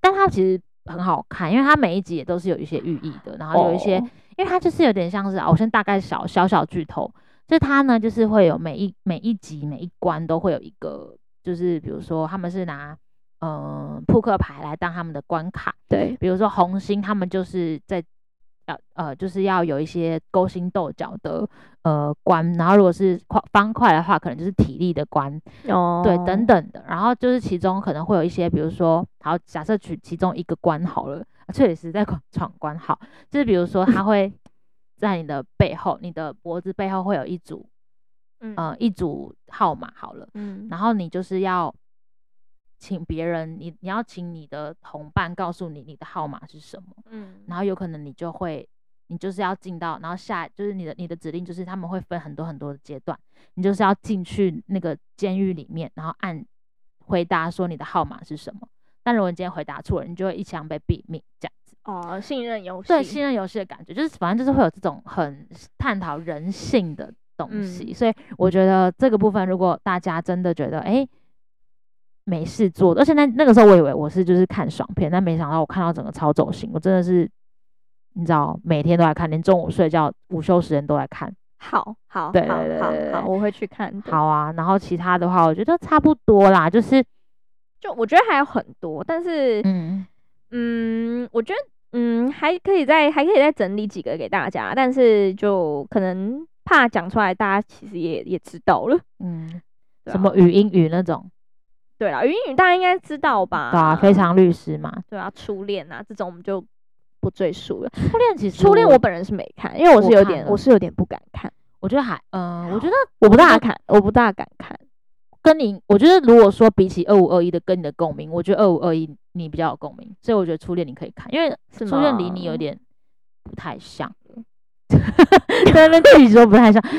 Speaker 1: 但它其实很好看，因为它每一集也都是有一些寓意的，然后有一些
Speaker 2: 哦
Speaker 1: 因为它就是有点像是啊，我先大概小小小剧透，就是它呢就是会有每一每一集每一关都会有一个，就是比如说他们是拿呃嗯扑克牌来当他们的关卡，
Speaker 2: 对
Speaker 1: 比如说红心他们就是在要呃，就是要有一些勾心斗角的呃关，然后如果是块方块的话，可能就是体力的关，
Speaker 2: 哦，
Speaker 1: 对，等等的。然后就是其中可能会有一些，比如说，好，假设取其中一个关好了，啊这里实在闯闯关好，就是比如说它会在你的背后，你的脖子背后会有一组
Speaker 2: 嗯，
Speaker 1: 呃一组号码好了，
Speaker 2: 嗯，
Speaker 1: 然后你就是要请别人，你你要请你的同伴告诉你你的号码是什么。
Speaker 2: 嗯，
Speaker 1: 然后有可能你就会，你就是要进到，然后下就是你的你的指令就是他们会分很多很多的阶段，你就是要进去那个监狱里面，然后按回答说你的号码是什么。但如果你今天回答错了，你就会一枪被毙命这样子。
Speaker 2: 哦，信任游戏，
Speaker 1: 对呃信任游戏的感觉，就是反正就是会有这种很探讨人性的东西，
Speaker 2: 嗯
Speaker 1: 所以我觉得这个部分，如果大家真的觉得哎。诶没事做，而且那那个时候我以为我是就是看爽片，但没想到我看到整个超走心，我真的是你知道，每天都来看，连中午睡觉、午休时间都来看。
Speaker 2: 好好
Speaker 1: 对
Speaker 2: 好
Speaker 1: 对
Speaker 2: 好
Speaker 1: 对对
Speaker 2: 好，
Speaker 1: 对
Speaker 2: 我会去看的。
Speaker 1: 好啊，然后其他的话，我觉得差不多啦，就是
Speaker 2: 就我觉得还有很多，但是
Speaker 1: 嗯，
Speaker 2: 嗯，我觉得嗯还可以再还可以再整理几个给大家，但是就可能怕讲出来，大家其实也也知道了。
Speaker 1: 嗯，
Speaker 2: 对
Speaker 1: 什
Speaker 2: 啊
Speaker 1: 么语音语那种，
Speaker 2: 对啦，语音语大家应该知道吧？
Speaker 1: 对啊，非常律师嘛。
Speaker 2: 对啊，初恋啊这种我们就不赘述了。
Speaker 1: 初恋其实
Speaker 2: 初恋我本人是没看，因为我是
Speaker 1: 我
Speaker 2: 有
Speaker 1: 看
Speaker 2: 点
Speaker 1: 了
Speaker 2: 我是有点不敢看，
Speaker 1: 我觉得还嗯、我觉得
Speaker 2: 我
Speaker 1: 觉
Speaker 2: 不大
Speaker 1: 得
Speaker 2: 敢，我不大敢看。
Speaker 1: 跟你，我觉得如果说比起二五二一的跟你的共鸣，我觉得二五二一你比较有共鸣，所以我觉得初恋你可以看，因为
Speaker 2: 是
Speaker 1: 初恋离
Speaker 2: 吗
Speaker 1: 你有点不太像。 在那边自己说不太 像，初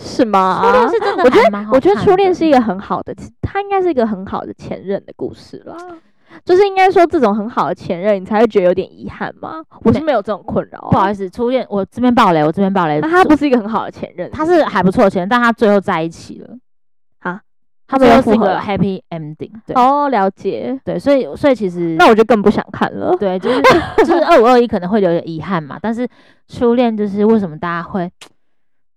Speaker 2: 是吗？
Speaker 1: 恋是真的
Speaker 2: 啊我觉
Speaker 1: 还蛮好看的，
Speaker 2: 我觉得初恋是一个很好的，他应该是一个很好的前任的故事啦。就是应该说，这种很好的前任，你才会觉得有点遗憾吗？我是
Speaker 1: 对
Speaker 2: 没有这种困扰啊、
Speaker 1: 不好意
Speaker 2: 思，
Speaker 1: 思，初恋我这边爆雷，我这边爆雷，
Speaker 2: 那他不是一个很好的前任，
Speaker 1: 他是还不错的前任，但他最后在一起了
Speaker 2: 啊，
Speaker 1: 他
Speaker 2: 最
Speaker 1: 最后
Speaker 2: 后
Speaker 1: 是
Speaker 2: 复
Speaker 1: 一
Speaker 2: 合
Speaker 1: 个
Speaker 2: 了
Speaker 1: happy ending，对、
Speaker 2: 哦，了解。
Speaker 1: 对，所以所以其实
Speaker 2: 那我就更不想看了。
Speaker 1: 对，就是就是二五二一可能会有点遗憾嘛，但是初恋就是为什么大家会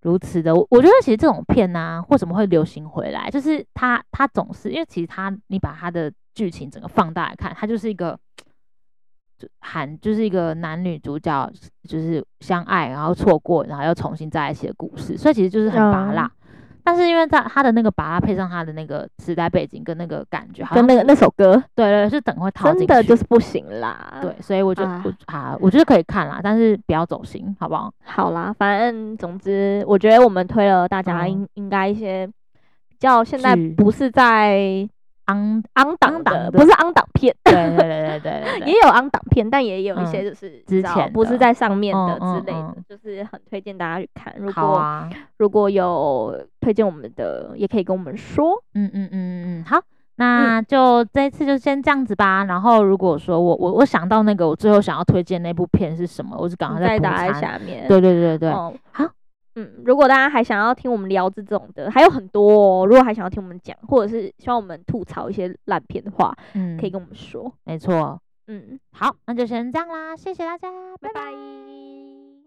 Speaker 1: 如此的，我我觉得其实这种片啊，为什么会流行回来，就是它它总是因为其实它你把它的剧情整个放大来看，它就是一个就韩就是一个男女主角就是相爱，然后错过，然后又重新在一起的故事，所以其实就是很拔
Speaker 2: 嗯
Speaker 1: 辣。但是因为在他的那个拔辣配上他的那个时代背景跟那个感觉，好
Speaker 2: 跟
Speaker 1: 像
Speaker 2: 那个那首歌，
Speaker 1: 对对对是等会套
Speaker 2: 真
Speaker 1: 进
Speaker 2: 的
Speaker 1: 去
Speaker 2: 就。是不行啦。，
Speaker 1: 对，所以我觉得
Speaker 2: 啊
Speaker 1: 我啊，我觉得可以看啦，但是不要走心，好不好？
Speaker 2: 好啦，反正总之，我觉得我们推了大家
Speaker 1: 嗯
Speaker 2: 应、应该一些比较现在
Speaker 1: 剧
Speaker 2: 不是在
Speaker 1: 昂，
Speaker 2: 昂档
Speaker 1: 档
Speaker 2: 的，
Speaker 1: 的
Speaker 2: 不是昂档片，
Speaker 1: 对对对对 对对
Speaker 2: 也
Speaker 1: 对，
Speaker 2: 有昂档片，但也有一些就是、你
Speaker 1: 之
Speaker 2: 知道
Speaker 1: 前
Speaker 2: 不是
Speaker 1: 的
Speaker 2: 在上面的
Speaker 1: 嗯
Speaker 2: 之类的，
Speaker 1: 嗯嗯
Speaker 2: 就是很推荐大家去看。如果、
Speaker 1: 好啊，
Speaker 2: 如果有推荐我们的，也可以跟我们说。
Speaker 1: 嗯嗯嗯嗯，嗯，好，那就这一次就先这样子吧。然后如果说我我我想到那个我最后想要推荐那部片是什么，我就赶快
Speaker 2: 再
Speaker 1: 补
Speaker 2: 打在
Speaker 1: 餐。
Speaker 2: 下面。
Speaker 1: 对对对对，
Speaker 2: 哦
Speaker 1: 好。
Speaker 2: 嗯，如果大家还想要听我们聊这种的，还有很多、哦。如果还想要听我们讲，或者是希望我们吐槽一些烂片的话，
Speaker 1: 嗯，
Speaker 2: 可以跟我们说。
Speaker 1: 没错。
Speaker 2: 嗯，
Speaker 1: 好，那就先这样啦，谢谢大家，拜
Speaker 2: 拜
Speaker 1: 拜。
Speaker 2: 拜